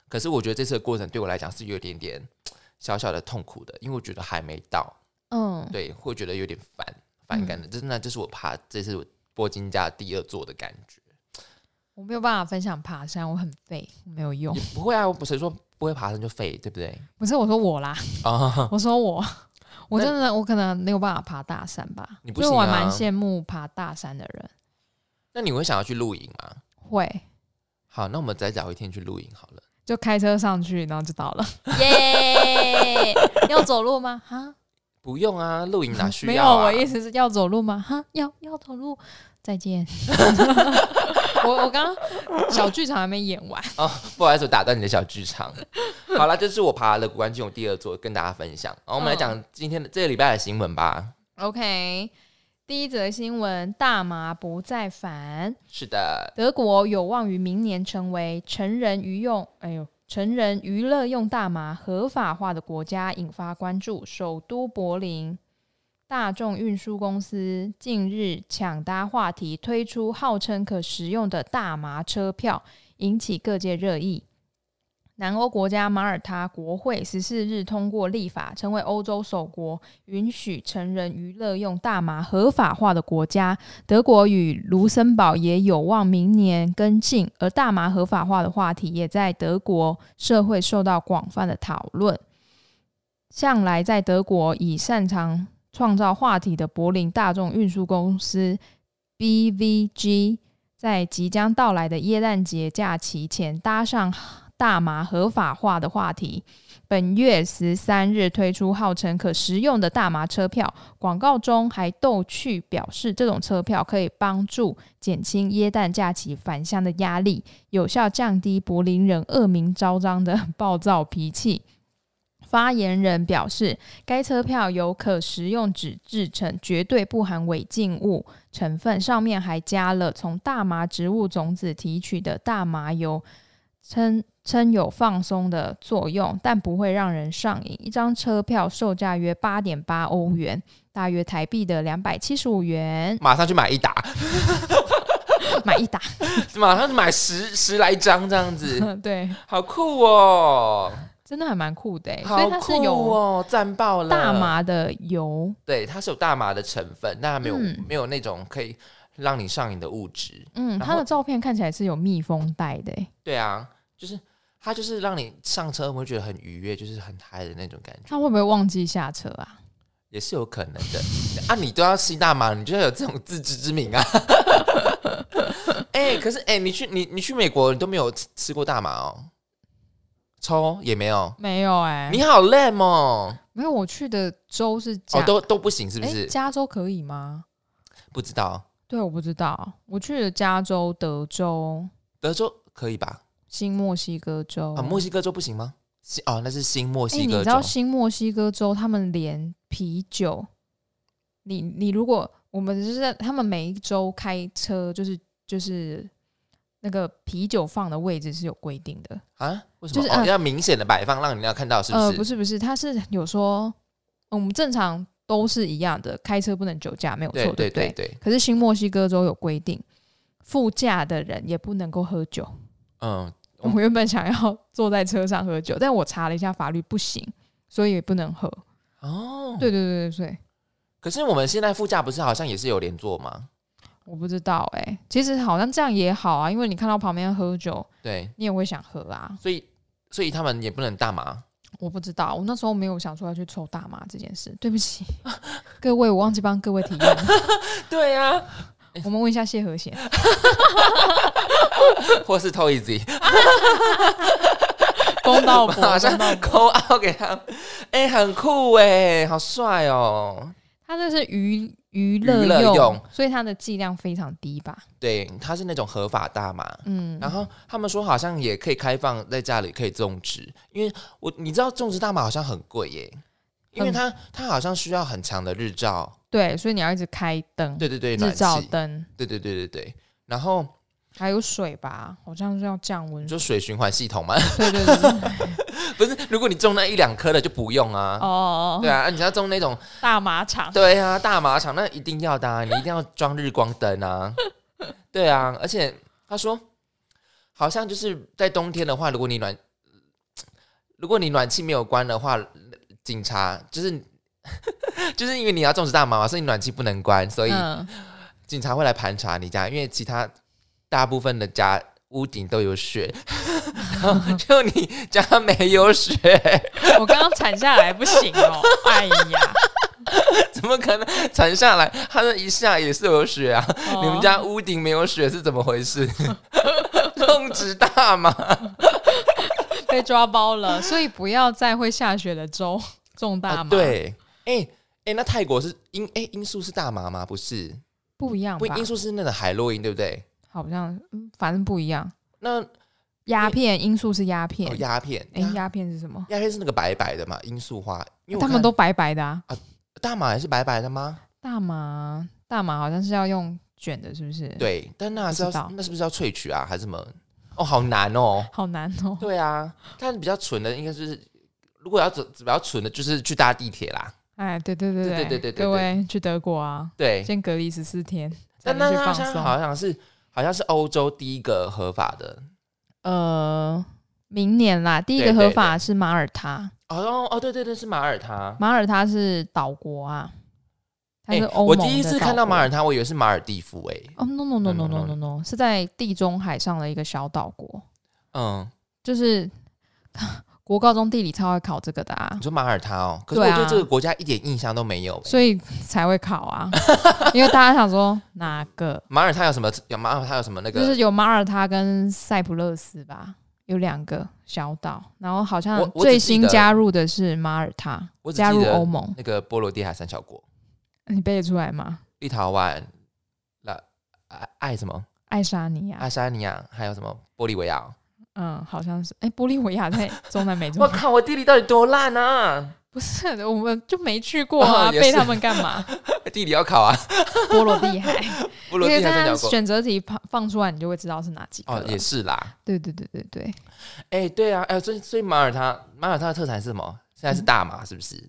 Speaker 1: 可是我觉得这次的过程对我来讲是有一点点嘖小小的痛苦的，因为我觉得还没到，
Speaker 2: 嗯，
Speaker 1: 对，会觉得有点烦反感的。真的，这是我爬这次我铂金家第二座的感觉。
Speaker 2: 我没有办法分享爬山，我很废，我没有用
Speaker 1: 也。不会啊，我不谁说不会爬山就废，对不对？
Speaker 2: *laughs* 不是我说我
Speaker 1: *laughs*
Speaker 2: 啦，
Speaker 1: 啊，
Speaker 2: 我
Speaker 1: *laughs*
Speaker 2: 说我，我
Speaker 1: 那
Speaker 2: 真的我可能没有办法爬大山吧。
Speaker 1: 你不
Speaker 2: 所以
Speaker 1: 行
Speaker 2: 我
Speaker 1: 啊
Speaker 2: 还蛮羡慕爬大山的人。
Speaker 1: 那你会想要去露营吗？
Speaker 2: 会
Speaker 1: 好，那我们再找一天去露营好了。
Speaker 2: 就开车上去，然后就到了。耶！要走路吗？哈，
Speaker 1: 不用啊，露营哪需
Speaker 2: 嗯没有，
Speaker 1: 要啊？
Speaker 2: 我意思是要走路吗？哈，要要走路，
Speaker 1: *laughs*
Speaker 2: 再见。我我刚刚小剧场还没演完，
Speaker 1: 哦，不好意思，我打断你的小剧场。好了，这是我爬了古关金勇第二座，跟大家分享。然后我
Speaker 2: 嗯
Speaker 1: 们来讲今天的这个礼拜的新闻吧。
Speaker 2: OK，第一则新闻：大麻不再烦，
Speaker 1: 是的，，
Speaker 2: 德国有望于明年成为成人娱用，哎呦，成人娱乐用大麻合法化的国家，引发关注。首都柏林大众运输公司近日抢搭话题，推出号称可食用的大麻车票，引起各界热议。南欧国家马耳他国会十四日通过立法，成为欧洲首国允许成人娱乐用大麻合法化的国家。德国与卢森堡也有望明年跟进，而大麻合法化的话题也在德国社会受到广泛的讨论。向来在德国以擅长创造话题的柏林大众运输公司 BVG，在即将到来的耶诞节假期前搭上大麻合法化的话题。本月十三日推出号称可食用的大麻车票，广告中还逗趣表示，这种车票可以帮助减轻耶诞假期返乡的压力， *laughs* 有效降低柏林人恶名昭彰的暴躁脾气。 *laughs* 发言人表示，该车票由可食用纸制成，绝对不含违禁物成分，上面还加了从大麻植物种子提取的大麻油，称称有放松的作用，但不会让人上瘾。一张车票售价约八点八欧元，大约台币的两百七十五元
Speaker 1: *laughs* 马上去买一打，
Speaker 2: 买一打。 *laughs*
Speaker 1: 马上去买十十来张这样子，
Speaker 2: 对，
Speaker 1: 好酷哦，
Speaker 2: 真的还蛮酷的欸，所以
Speaker 1: 好
Speaker 2: 它是
Speaker 1: 酷
Speaker 2: 有
Speaker 1: 哦，赞爆了！
Speaker 2: 大麻的油，
Speaker 1: 对，它是有大麻的成分，但它没有、
Speaker 2: 嗯
Speaker 1: 没有那种可以让你上瘾的物质。
Speaker 2: 嗯，
Speaker 1: 然后
Speaker 2: 它的照片看起来是有密封袋的欸，
Speaker 1: 对啊，就是它就是让你上车会觉得很愉悦，就是很嗨的那种感觉，
Speaker 2: 它会不会忘记下车啊？
Speaker 1: 也是有可能的。 *laughs* 啊，你都要吸大麻，你就要有这种自知之明啊！ *laughs* 哎、可是哎、你去你你去美国，你都没有吃吃过大麻哦，抽也没有，
Speaker 2: 没有哎，
Speaker 1: 你好 lame 哦，
Speaker 2: 没有，我去的州是加
Speaker 1: 哦，都都不行，是不
Speaker 2: 哎
Speaker 1: 是？
Speaker 2: 加州可以吗？
Speaker 1: 不知道，
Speaker 2: 对，我不知道，我去了加州、德州、
Speaker 1: 德州可以吧？
Speaker 2: 新墨西哥州
Speaker 1: 啊，墨西哥州不行吗？新哦，那是新墨
Speaker 2: 哦哎、
Speaker 1: 西
Speaker 2: 你
Speaker 1: 哥
Speaker 2: 知
Speaker 1: 州。
Speaker 2: 道新墨西哥州他们连啤酒，你你如果我们就是在他们每一周开车，就是就是那个啤酒放的位置是有规定的。
Speaker 1: 啊？为什么？
Speaker 2: 就是
Speaker 1: 哦，
Speaker 2: 呃
Speaker 1: 要明显的摆放，让人家看到，是不是？
Speaker 2: 呃，不是不是，他是有说嗯我们正常都是一样的，开车不能酒驾，没有错，
Speaker 1: 对
Speaker 2: 对
Speaker 1: 对
Speaker 2: 不对
Speaker 1: 对对，
Speaker 2: 可是新墨西哥州有规定，副驾的人也不能够喝酒。
Speaker 1: 嗯，嗯
Speaker 2: 我原本想要 *laughs* 坐在车上喝酒，但我查了一下法律不行，所以也不能喝。
Speaker 1: 哦，
Speaker 2: 对对对对对，
Speaker 1: 可是我们现在副驾不是好像也是有连坐吗？
Speaker 2: 我不知道哎、其实好像这样也好啊，因为你看到旁边喝酒，
Speaker 1: 对，
Speaker 2: 你也会想喝啊。
Speaker 1: 所以所以他们也不能大麻。
Speaker 2: 我不知道，我那时候没有想说要去抽大麻这件事，对
Speaker 1: *laughs*
Speaker 2: 不起，各位，我忘记帮各位提问了。
Speaker 1: 对呀、
Speaker 2: 我们问一下谢和弦，
Speaker 1: *laughs* 或是 Toys
Speaker 2: 公道 *laughs* 伯，
Speaker 1: 马上
Speaker 2: 公道伯
Speaker 1: 扣 out 给他们，哎、很酷哎、好帅哦。
Speaker 2: 它这是娱娱
Speaker 1: 娱
Speaker 2: 乐
Speaker 1: 乐
Speaker 2: 用，
Speaker 1: 用
Speaker 2: 所以它的剂量非常低吧？
Speaker 1: 对，他是那种合法大麻，
Speaker 2: 嗯，
Speaker 1: 然后他们说好像也可以开放在家里可以种植，因为我你知道种植大麻好像很贵耶，因为
Speaker 2: 嗯
Speaker 1: 它它好像需要很强的日照，
Speaker 2: 对，所以你要一直开灯，
Speaker 1: 对对对，
Speaker 2: 制
Speaker 1: 暖
Speaker 2: 造
Speaker 1: 气，
Speaker 2: 灯，
Speaker 1: 对对对对对，然后
Speaker 2: 还有水吧，好像是要降温
Speaker 1: 你。说水循环系统嘛，*laughs*
Speaker 2: 对对对对，
Speaker 1: 不是，如果你种那一两颗的就不用啊。
Speaker 2: 哦，
Speaker 1: 对啊，你要种那种，
Speaker 2: 大马场，
Speaker 1: 对啊，大马场那一定要的、啊，你一定要装日光灯啊。对啊，而且他说，好像就是在冬天的话，如果你暖，如果你暖气没有关的话，警察就是 *laughs* 就是因为你要种植大麻嘛，所以你暖气不能关，所以
Speaker 2: 嗯，
Speaker 1: 警察会来盘查你家，因为其他大部分的家屋顶都有
Speaker 2: *laughs*
Speaker 1: 雪，然后就你家没有雪。
Speaker 2: 我刚刚铲下来不行
Speaker 1: *laughs*
Speaker 2: 哦，哎呀，
Speaker 1: 怎么可能铲下来？它那一下也是有雪啊！
Speaker 2: 哦
Speaker 1: 你们家屋顶没有雪是怎么回
Speaker 2: *laughs*
Speaker 1: 事？种植大麻，
Speaker 2: 被抓
Speaker 1: *laughs*
Speaker 2: 包了，所以不要在会下雪的州 *laughs* 种大麻，
Speaker 1: 啊，对，哎、哎、那泰国是罂哎、罂粟是大麻吗？不是，
Speaker 2: 不一样
Speaker 1: 不
Speaker 2: 吧
Speaker 1: 罂？粟是那个海洛因，对不对？
Speaker 2: 好像嗯反正不一样。
Speaker 1: 那
Speaker 2: 鸦片因素是鸦片
Speaker 1: 哦，鸦片，
Speaker 2: 哎，
Speaker 1: 鸦
Speaker 2: 鸦片是什么？
Speaker 1: 鸦片是那个白白的嘛，罂粟花，因为我
Speaker 2: 他们
Speaker 1: 看
Speaker 2: 都白白的啊。
Speaker 1: 大麻也是白白的吗？
Speaker 2: 大麻，大麻好像是要用卷的，是不是？，
Speaker 1: 对，但那是
Speaker 2: 不知
Speaker 1: 要
Speaker 2: 道
Speaker 1: 那是不是要萃取啊，还是什么？哦，好难哦。
Speaker 2: 好难哦。
Speaker 1: 对啊，但比较纯的应该就是，如果要走比较纯的，就是去搭地铁啦。
Speaker 2: 哎，对对
Speaker 1: 对
Speaker 2: 对
Speaker 1: 对对对对
Speaker 2: 各位去德国啊，
Speaker 1: 对，
Speaker 2: 先隔离十四天，才
Speaker 1: 但那
Speaker 2: 能去
Speaker 1: 它
Speaker 2: 放
Speaker 1: 现在
Speaker 2: 松。
Speaker 1: 好像是好像是欧洲第一个合法的。
Speaker 2: 呃，明年啦，第一个合法是马耳他，
Speaker 1: 哦哦，对对对，是马耳他。
Speaker 2: 马耳他是岛国啊，它是
Speaker 1: 诶
Speaker 2: 欧
Speaker 1: 我
Speaker 2: 盟的
Speaker 1: 第一次看到马
Speaker 2: 岛
Speaker 1: 耳他，我以为是马尔蒂夫诶、哎
Speaker 2: 国。哦、no no
Speaker 1: No,
Speaker 2: no no
Speaker 1: no,
Speaker 2: no no no，是在地中海上的一个小岛国，
Speaker 1: 嗯，
Speaker 2: 就是 *laughs* 国高中地理超会考这个的啊
Speaker 1: 你，说马耳他哦，可是我
Speaker 2: 对啊
Speaker 1: 对这个国家一点印象都没有、哎诶
Speaker 2: 所以 *laughs* 才会考啊，因为大家
Speaker 1: *laughs*
Speaker 2: 想说哪个
Speaker 1: 马耳他有什么？有马耳他有什么那个？
Speaker 2: 就是有马耳他跟塞浦路斯吧，有两个小岛，然后好
Speaker 1: 我
Speaker 2: 像
Speaker 1: 我只记得
Speaker 2: 最新加入的是马耳他
Speaker 1: 我，只记得
Speaker 2: 加入欧盟，
Speaker 1: 那个波罗的海三小国，
Speaker 2: 你背得出来吗？
Speaker 1: 立陶宛、那爱爱什么？
Speaker 2: 爱沙尼亚
Speaker 1: 爱，沙尼亚，还有什么玻利维亚哦？
Speaker 2: 嗯，好像是，哎、玻利维亚在中南美洲
Speaker 1: 我，靠，我地理到底多烂啊！
Speaker 2: *laughs*
Speaker 1: *laughs*
Speaker 2: 不是，我们就没去过啊，
Speaker 1: 哦也是
Speaker 2: 背他们干
Speaker 1: *laughs*
Speaker 2: 嘛？
Speaker 1: 地理要考啊，
Speaker 2: 波罗的海，
Speaker 1: *laughs* 波
Speaker 2: 因
Speaker 1: 罗的海
Speaker 2: 为
Speaker 1: 三
Speaker 2: 它
Speaker 1: 角国。
Speaker 2: 选择题放放出来，你就会知道是哪几个
Speaker 1: 哦，
Speaker 2: 了。
Speaker 1: 也是啦。
Speaker 2: 对对对对对，
Speaker 1: 哎、对啊，哎、所以所以马耳他马耳他的特产是什么？现在是大麻，是不是？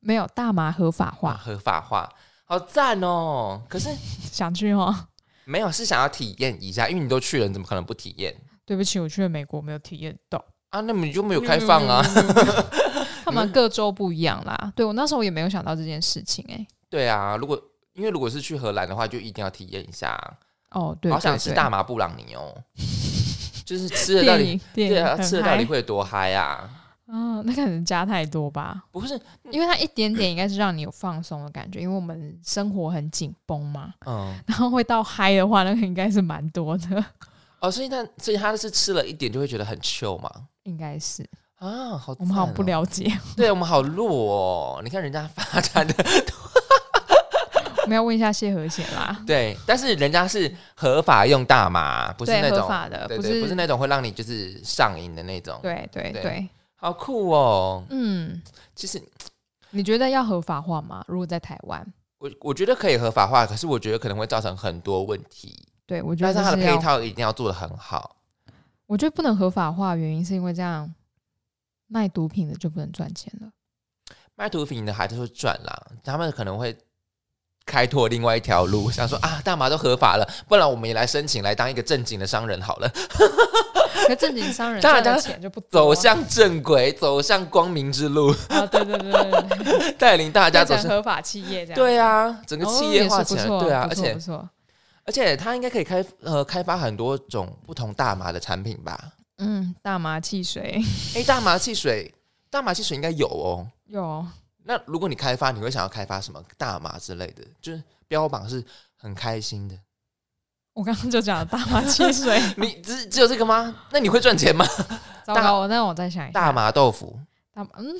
Speaker 2: 没有大麻合法
Speaker 1: 哇，
Speaker 2: 嗯化，
Speaker 1: 合法化，好赞哦！可是
Speaker 2: 想去哦。 *laughs*
Speaker 1: 没有，是想要体验一下，因为你都去了，你怎么可能不体验
Speaker 2: 对不起，我去了美国没有体验到。
Speaker 1: 啊？那你就没有开放啊？ *laughs*
Speaker 2: 没有。没有没有没有 *laughs* 他们各州不一样啦。对我那时候也没有想到这件事情哎、
Speaker 1: 对啊，如果因为如果是去荷兰的话，就一定要体验一下。
Speaker 2: 哦，对，
Speaker 1: 好想
Speaker 2: 对
Speaker 1: 吃
Speaker 2: 对
Speaker 1: 大麻布朗尼哦，
Speaker 2: *laughs*
Speaker 1: 就是吃了到
Speaker 2: 电
Speaker 1: 底，
Speaker 2: 影电
Speaker 1: 对
Speaker 2: 影
Speaker 1: 啊，
Speaker 2: 很
Speaker 1: 吃了到底
Speaker 2: 嗨
Speaker 1: 会有多嗨啊？
Speaker 2: 啊，那可能加太多吧，
Speaker 1: 不是，
Speaker 2: 因为它一点点应该是让你有放松的感觉，因为我们生活很紧绷嘛，
Speaker 1: 嗯，
Speaker 2: 然后会到嗨的话，那个应该是蛮多的，
Speaker 1: 哦，所以他所以他是吃了一点就会觉得很 chill 嘛。
Speaker 2: 应该是
Speaker 1: 啊，好、
Speaker 2: 我们好不
Speaker 1: 了。
Speaker 2: 了解，
Speaker 1: 对我们好弱哦！你看人家发展的，
Speaker 2: 没有问一下谢和弦啦。
Speaker 1: 对，但是人家是合法用大麻，不是
Speaker 2: 对
Speaker 1: 那
Speaker 2: 合
Speaker 1: 种
Speaker 2: 法的，
Speaker 1: 对
Speaker 2: 不
Speaker 1: 对，
Speaker 2: 是
Speaker 1: 不是那种会让你就是上瘾的那种。，
Speaker 2: 对对
Speaker 1: 对
Speaker 2: 对，
Speaker 1: 好酷哦！
Speaker 2: 嗯，
Speaker 1: 其实
Speaker 2: 你觉得要合法化吗？如果在台湾，
Speaker 1: 我我觉得可以合法化，可是我觉得可能会造成很多问题。
Speaker 2: 对我觉
Speaker 1: 但
Speaker 2: 得
Speaker 1: 是它的
Speaker 2: 是
Speaker 1: 配
Speaker 2: 要，
Speaker 1: 套一定要做的很好。
Speaker 2: 我觉得不能合法化，原因是因为这样卖毒品的就不能赚钱了。
Speaker 1: 卖毒品的还是会赚啦，他们可能会开拓另外一条
Speaker 2: *laughs*
Speaker 1: 路，想说啊，大麻都合法了，不然我们也来申请来当一个正经的商人好
Speaker 2: *laughs*
Speaker 1: 了，
Speaker 2: 可正经商人
Speaker 1: 当
Speaker 2: 赚
Speaker 1: 然
Speaker 2: 的钱就不多
Speaker 1: 走
Speaker 2: 啊
Speaker 1: 向正轨，走向光明之路，
Speaker 2: 啊，对对对对对，
Speaker 1: 带领 *laughs* 大家走
Speaker 2: 变成
Speaker 1: 向。
Speaker 2: 合法企业这样，
Speaker 1: 对啊，整个
Speaker 2: 哦，
Speaker 1: 企
Speaker 2: 也
Speaker 1: 业
Speaker 2: 是
Speaker 1: 化
Speaker 2: 不
Speaker 1: 起来，
Speaker 2: 错
Speaker 1: 对啊，
Speaker 2: 不
Speaker 1: 而
Speaker 2: 错
Speaker 1: 且
Speaker 2: 不错，
Speaker 1: 而且它应该可以开呃开发很多种不同大麻的产品吧？
Speaker 2: 嗯，大麻汽水
Speaker 1: 哎，大麻汽水，大麻汽水应该有哦。
Speaker 2: *laughs* 有，
Speaker 1: 那如果你开发，你会想要开发什么大麻之类的？就是标榜是很开心的。
Speaker 2: 我刚刚就讲了大麻 *laughs* 汽水，
Speaker 1: 你只只有这个吗？那你会赚钱吗？
Speaker 2: 糟
Speaker 1: 大
Speaker 2: 糕，我那我再想一下，
Speaker 1: 大麻豆腐、
Speaker 2: 大麻，嗯，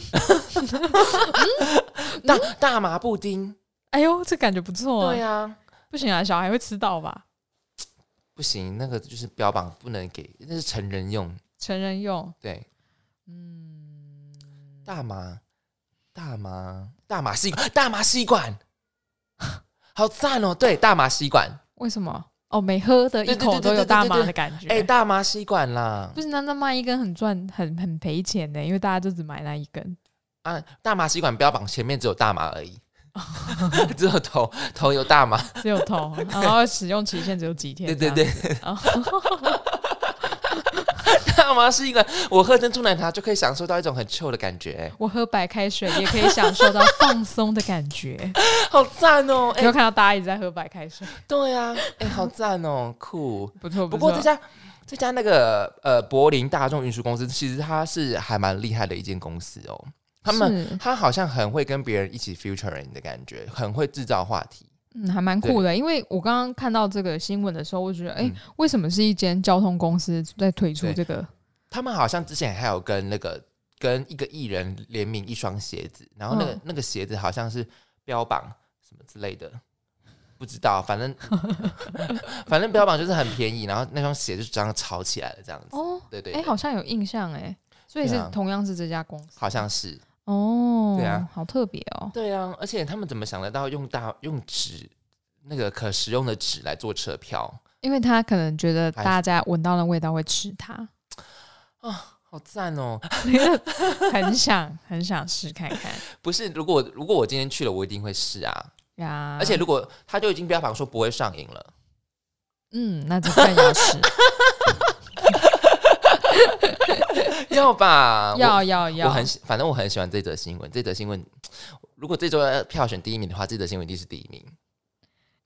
Speaker 1: 大大麻布丁，
Speaker 2: 哎呦，这感觉不错，
Speaker 1: 对啊，
Speaker 2: 不行啊，小孩会吃到吧？
Speaker 1: 不行，那个就是标榜不能给，那是成人用。
Speaker 2: 成人用，
Speaker 1: 对，
Speaker 2: 嗯，
Speaker 1: 大麻，大麻，大麻吸管，大麻吸管， *laughs* 好赞哦！对，大麻吸
Speaker 2: *laughs*
Speaker 1: 管，
Speaker 2: 为什么？哦，每喝的一
Speaker 1: 对对
Speaker 2: 口
Speaker 1: 对
Speaker 2: 都
Speaker 1: 对
Speaker 2: 有
Speaker 1: 对
Speaker 2: 大
Speaker 1: 对
Speaker 2: 麻
Speaker 1: 对
Speaker 2: 的感觉，
Speaker 1: 哎、大麻吸管啦
Speaker 2: 不，是那那卖一根很赚很很赔钱的，因为大家就只买那一根，
Speaker 1: 啊，大麻吸管标榜前面只有大麻而已， *laughs* 只有头头有大
Speaker 2: *laughs*
Speaker 1: 麻，
Speaker 2: 只有头，
Speaker 1: *laughs*
Speaker 2: 然后使用期限只有几天，
Speaker 1: 对对对，
Speaker 2: 这样子，哦
Speaker 1: 大麻吸管，我喝珍珠奶茶就可以享受到一种很 chill 的感觉，
Speaker 2: 我喝白开水也可以享受到放松的感觉。
Speaker 1: 好赞哦！ *laughs* 哎、
Speaker 2: 有看到大家一直在喝白开水，
Speaker 1: 对啊，哎、好赞哦，酷。
Speaker 2: 不错
Speaker 1: 不
Speaker 2: 错
Speaker 1: 过这家这家那个呃柏林大众运输公司，其实它是还蛮厉害的一间公司哦。他们
Speaker 2: 是
Speaker 1: 他好像很会跟别人一起 featuring 的感觉，很会制造话题。
Speaker 2: 嗯还蛮酷的，因为我刚刚看到这个新闻的时候，我觉得哎、诶
Speaker 1: 嗯
Speaker 2: 为什么是一间交通公司在推出
Speaker 1: 对
Speaker 2: 这个？
Speaker 1: 他们好像之前还有跟那个跟一个艺人联名一双鞋子，然后那个、
Speaker 2: 嗯
Speaker 1: 那个鞋子好像是标榜什么之类的，不知道，反
Speaker 2: *laughs*
Speaker 1: 正反正标榜就是很便宜，然后那双鞋就这样炒起来了，这样子。
Speaker 2: 哦，
Speaker 1: 对对
Speaker 2: 哎、
Speaker 1: 对，
Speaker 2: 好像有印象哎、所以是
Speaker 1: 对啊
Speaker 2: 同样是这家公司
Speaker 1: 好像是
Speaker 2: 哦，
Speaker 1: 对啊，
Speaker 2: 好特别哦，
Speaker 1: 对啊，而且他们怎么想得到用大用纸那个可食用的纸来做车票？
Speaker 2: 因为他可能觉得
Speaker 1: 还
Speaker 2: 大家闻到那味道会吃它，
Speaker 1: 好赞哦！ *sniffs*
Speaker 2: 很想 *laughs* 很想试看看
Speaker 1: 不是，如果如果我今天去了，我一定会试啊。
Speaker 2: 呀。
Speaker 1: 而且如果他就已经标榜说不会上瘾了， *laughs*
Speaker 2: 嗯，那就更要试，
Speaker 1: 要吧？我
Speaker 2: 要要要，
Speaker 1: 我很喜，反正我很喜欢这则新闻。这则新闻，如果这周要票选第一名的话，这则新闻一定是第一名。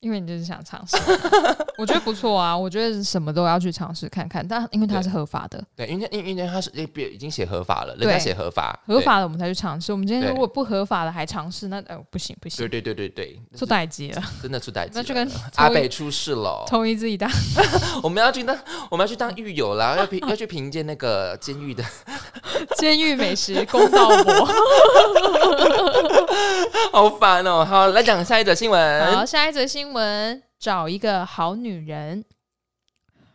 Speaker 2: 因为你就是想尝试， *laughs* 我觉得不错啊，我觉得什么都要去尝试看看，但因为它是合法的，
Speaker 1: 对，因为因为因为他是诶别已经写合法了，人家
Speaker 2: 对
Speaker 1: 写合法，
Speaker 2: 合法的我们才去尝试。我们今天
Speaker 1: 对
Speaker 2: 如果不合法的还尝试，那呃不行不
Speaker 1: 对。
Speaker 2: 行，
Speaker 1: 对对对对对，
Speaker 2: 出代机了，
Speaker 1: 真的出大事。
Speaker 2: 那就跟
Speaker 1: 阿
Speaker 2: 抽一
Speaker 1: 北出事了，
Speaker 2: 同一自己大。
Speaker 1: *laughs* 我们要去当我们要去当狱友啦，要评要去评鉴那
Speaker 2: *laughs*
Speaker 1: 个监狱的，
Speaker 2: *laughs* 监狱美食公道
Speaker 1: *laughs*
Speaker 2: 博。
Speaker 1: 好烦哦。好，来讲下一则新
Speaker 2: 好，
Speaker 1: 闻。
Speaker 2: 下一则新闻，找一个好女人，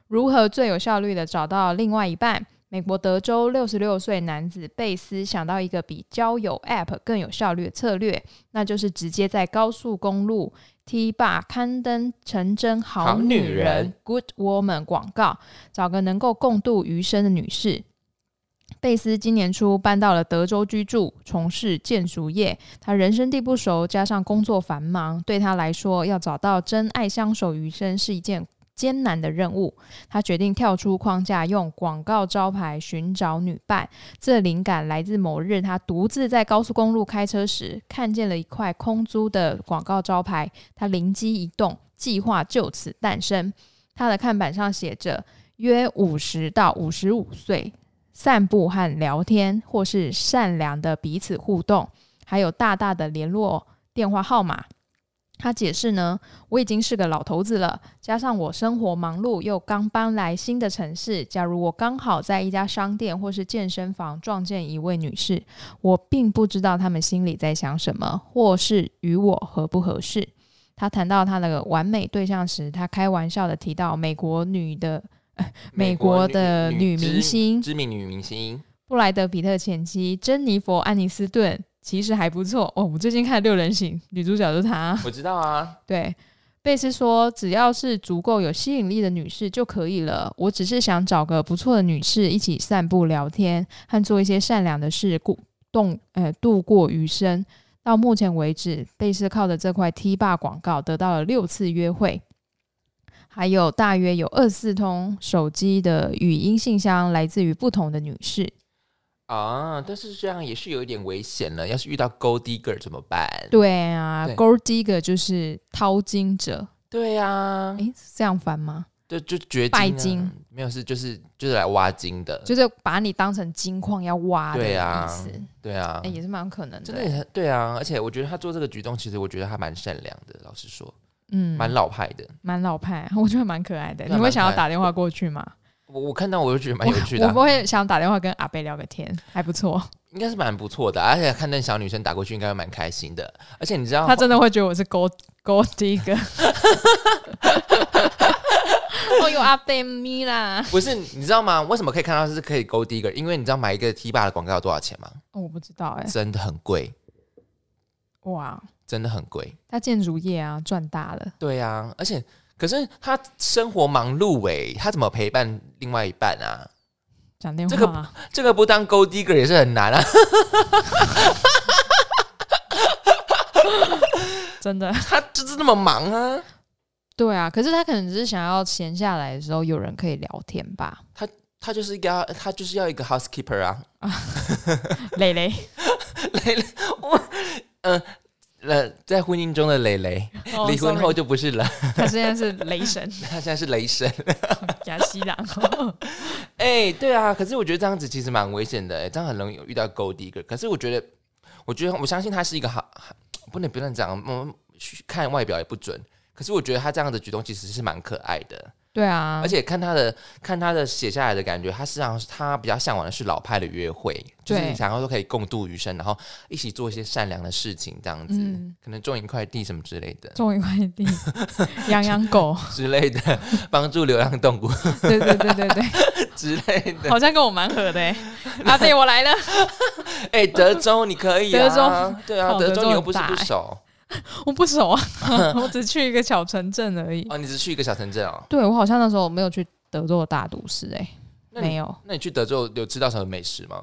Speaker 2: 如何最有效率的找到另外一半？美国德州六十六岁男子贝斯想到一个比交友 App 更有效率的策略，那就是直接在高速公路 T 坝刊登成真好
Speaker 1: 好女
Speaker 2: 女人
Speaker 1: 人
Speaker 2: Good Woman 广告，找个能够共度余生的女士。贝斯今年初搬到了德州居住，从事建筑业。他人生地不熟，加上工作繁忙，对他来说，要找到真爱相守余生是一件艰难的任务。他决定跳出框架，用广告招牌寻找女伴。这灵感来自某日，他独自在高速公路开车时，看见了一块空租的广告招牌，他灵机一动，计划就此诞生。他的看板上写着“约五十到五十五岁”。散步和聊天，或是善良的彼此互动，还有大大的联络电话号码。他解释呢，我已经是个老头子了，加上我生活忙碌，又刚搬来新的城市。假如我刚好在一家商店或是健身房撞见一位女士，我并不知道她们心里在想什么，或是与我合不合适。他谈到他的完美对象时，他开玩笑的提到美国女的、呃美国的女明星
Speaker 1: 知名女明星，
Speaker 2: 布莱德比特前妻珍妮佛·安妮斯顿，其实还不错哦。我最近看《六人行》，女主角就是她。
Speaker 1: 我知道啊，
Speaker 2: 对，贝斯说，只要是足够有吸引力的女士就可以了。我只是想找个不错的女士一起散步、聊天和做一些善良的事，故动呃度过余生。到目前为止，贝斯靠着这块 T 霸广告得到了六次约会，还有大约有二四通手机的语音信箱来自于不同的女士。
Speaker 1: 啊，但是这样也是有一点危险了。要是遇到 gold digger 怎么办？
Speaker 2: 对啊
Speaker 1: 对
Speaker 2: ，Gold Digger 就是淘金者，
Speaker 1: 对呀、啊
Speaker 2: 诶，，是这样翻吗？
Speaker 1: 就就掘
Speaker 2: 拜
Speaker 1: 金啊
Speaker 2: 金
Speaker 1: 没有是就是就是来挖金的，
Speaker 2: 就是把你当成金矿要挖的
Speaker 1: 对
Speaker 2: 意
Speaker 1: 啊
Speaker 2: 思，
Speaker 1: 对啊
Speaker 2: 哎、，也是蛮可能的
Speaker 1: 真的
Speaker 2: 欸，
Speaker 1: 也很对啊，而且我觉得他做这个举动，其实我觉得他蛮善良的，老实说，
Speaker 2: 嗯，
Speaker 1: 蛮老派的。
Speaker 2: 蛮老派， *laughs* 我觉得蛮可爱的。
Speaker 1: 对
Speaker 2: 你会
Speaker 1: 蛮
Speaker 2: 想要
Speaker 1: 可爱
Speaker 2: 打电话过去吗？
Speaker 1: 我我看到我就觉得蛮有趣的
Speaker 2: 我
Speaker 1: 啊、
Speaker 2: 不会想打电话跟阿贝聊个天，还不错。
Speaker 1: 应该是蛮不错的啊、而且看那小女生打过去，应该会蛮开心的。而且你知道，
Speaker 2: 他真的会觉得我是 gold gold
Speaker 1: *laughs*
Speaker 2: digger。哦，有阿贝咪啦、
Speaker 1: 不是你知道吗？为什么可以看到是可以 go digger？因为你知道买一个 T 吧的广告要多少钱吗？
Speaker 2: 哦我不知道哎、
Speaker 1: 真的很贵，
Speaker 2: 哇，
Speaker 1: 真的很贵。
Speaker 2: 他建筑业啊赚大了，
Speaker 1: 对啊，而且可是他生活忙碌诶、他怎么陪伴另外一半啊？
Speaker 2: 讲电话、啊
Speaker 1: 这个这个不当 go digger 也是很难啊。 *laughs*
Speaker 2: 真的
Speaker 1: 他就是那么忙啊，
Speaker 2: 对啊。可是他可能只是想要闲下来的时候有人可以聊天吧。
Speaker 1: 他就是一个要他就是要一个 housekeeper 啊。
Speaker 2: *laughs*
Speaker 1: *laughs*
Speaker 2: 蕾蕾，
Speaker 1: 蕾蕾，我嗯呃，在婚姻中的蕾蕾，
Speaker 2: 哦
Speaker 1: *laughs* 离婚
Speaker 2: sorry
Speaker 1: 后就不是了， *laughs*
Speaker 2: *laughs* 他现在是雷 *laughs* 神
Speaker 1: 他现在是雷神。
Speaker 2: 亚西郎。
Speaker 1: 哎、对啊，可是我觉得这样子其实蛮危险的、哎这样很容易遇到 gold digger。可是我觉得，我觉得我相信他是一个好，好不能不能讲，嗯，看外表也不准。可是我觉得他这样的举动其实是蛮可爱的，
Speaker 2: 对啊，
Speaker 1: 而且看他的看他的写下来的感觉，他实际上他比较向往的是老派的约会，就是
Speaker 2: 对
Speaker 1: 想要说可以共度余生，然后一起做一些善良的事情，这样子，
Speaker 2: 嗯
Speaker 1: 可能种一块地什么之类的
Speaker 2: 种一块 *laughs* 地，养养狗，
Speaker 1: 之类的，帮助流浪动物
Speaker 2: *laughs*
Speaker 1: *laughs*
Speaker 2: 对对对对对，
Speaker 1: 之类的。
Speaker 2: 好像跟我蛮合的、欸。阿贝，我来了，
Speaker 1: 哎、德州你可以、啊，
Speaker 2: 德州
Speaker 1: 对啊，
Speaker 2: 靠
Speaker 1: 德
Speaker 2: 德
Speaker 1: 州
Speaker 2: 州
Speaker 1: 你又
Speaker 2: 很
Speaker 1: 不是
Speaker 2: 大
Speaker 1: 不
Speaker 2: 欸
Speaker 1: 熟。
Speaker 2: *laughs* 我不熟 *laughs* 啊，我只去一个小城镇而已。
Speaker 1: 哦，你只去一个小城镇哦？
Speaker 2: 对我好像那时候没有去德州的大都市、欸，
Speaker 1: 那你
Speaker 2: 没有，
Speaker 1: 那你去德州有吃到什么美食吗？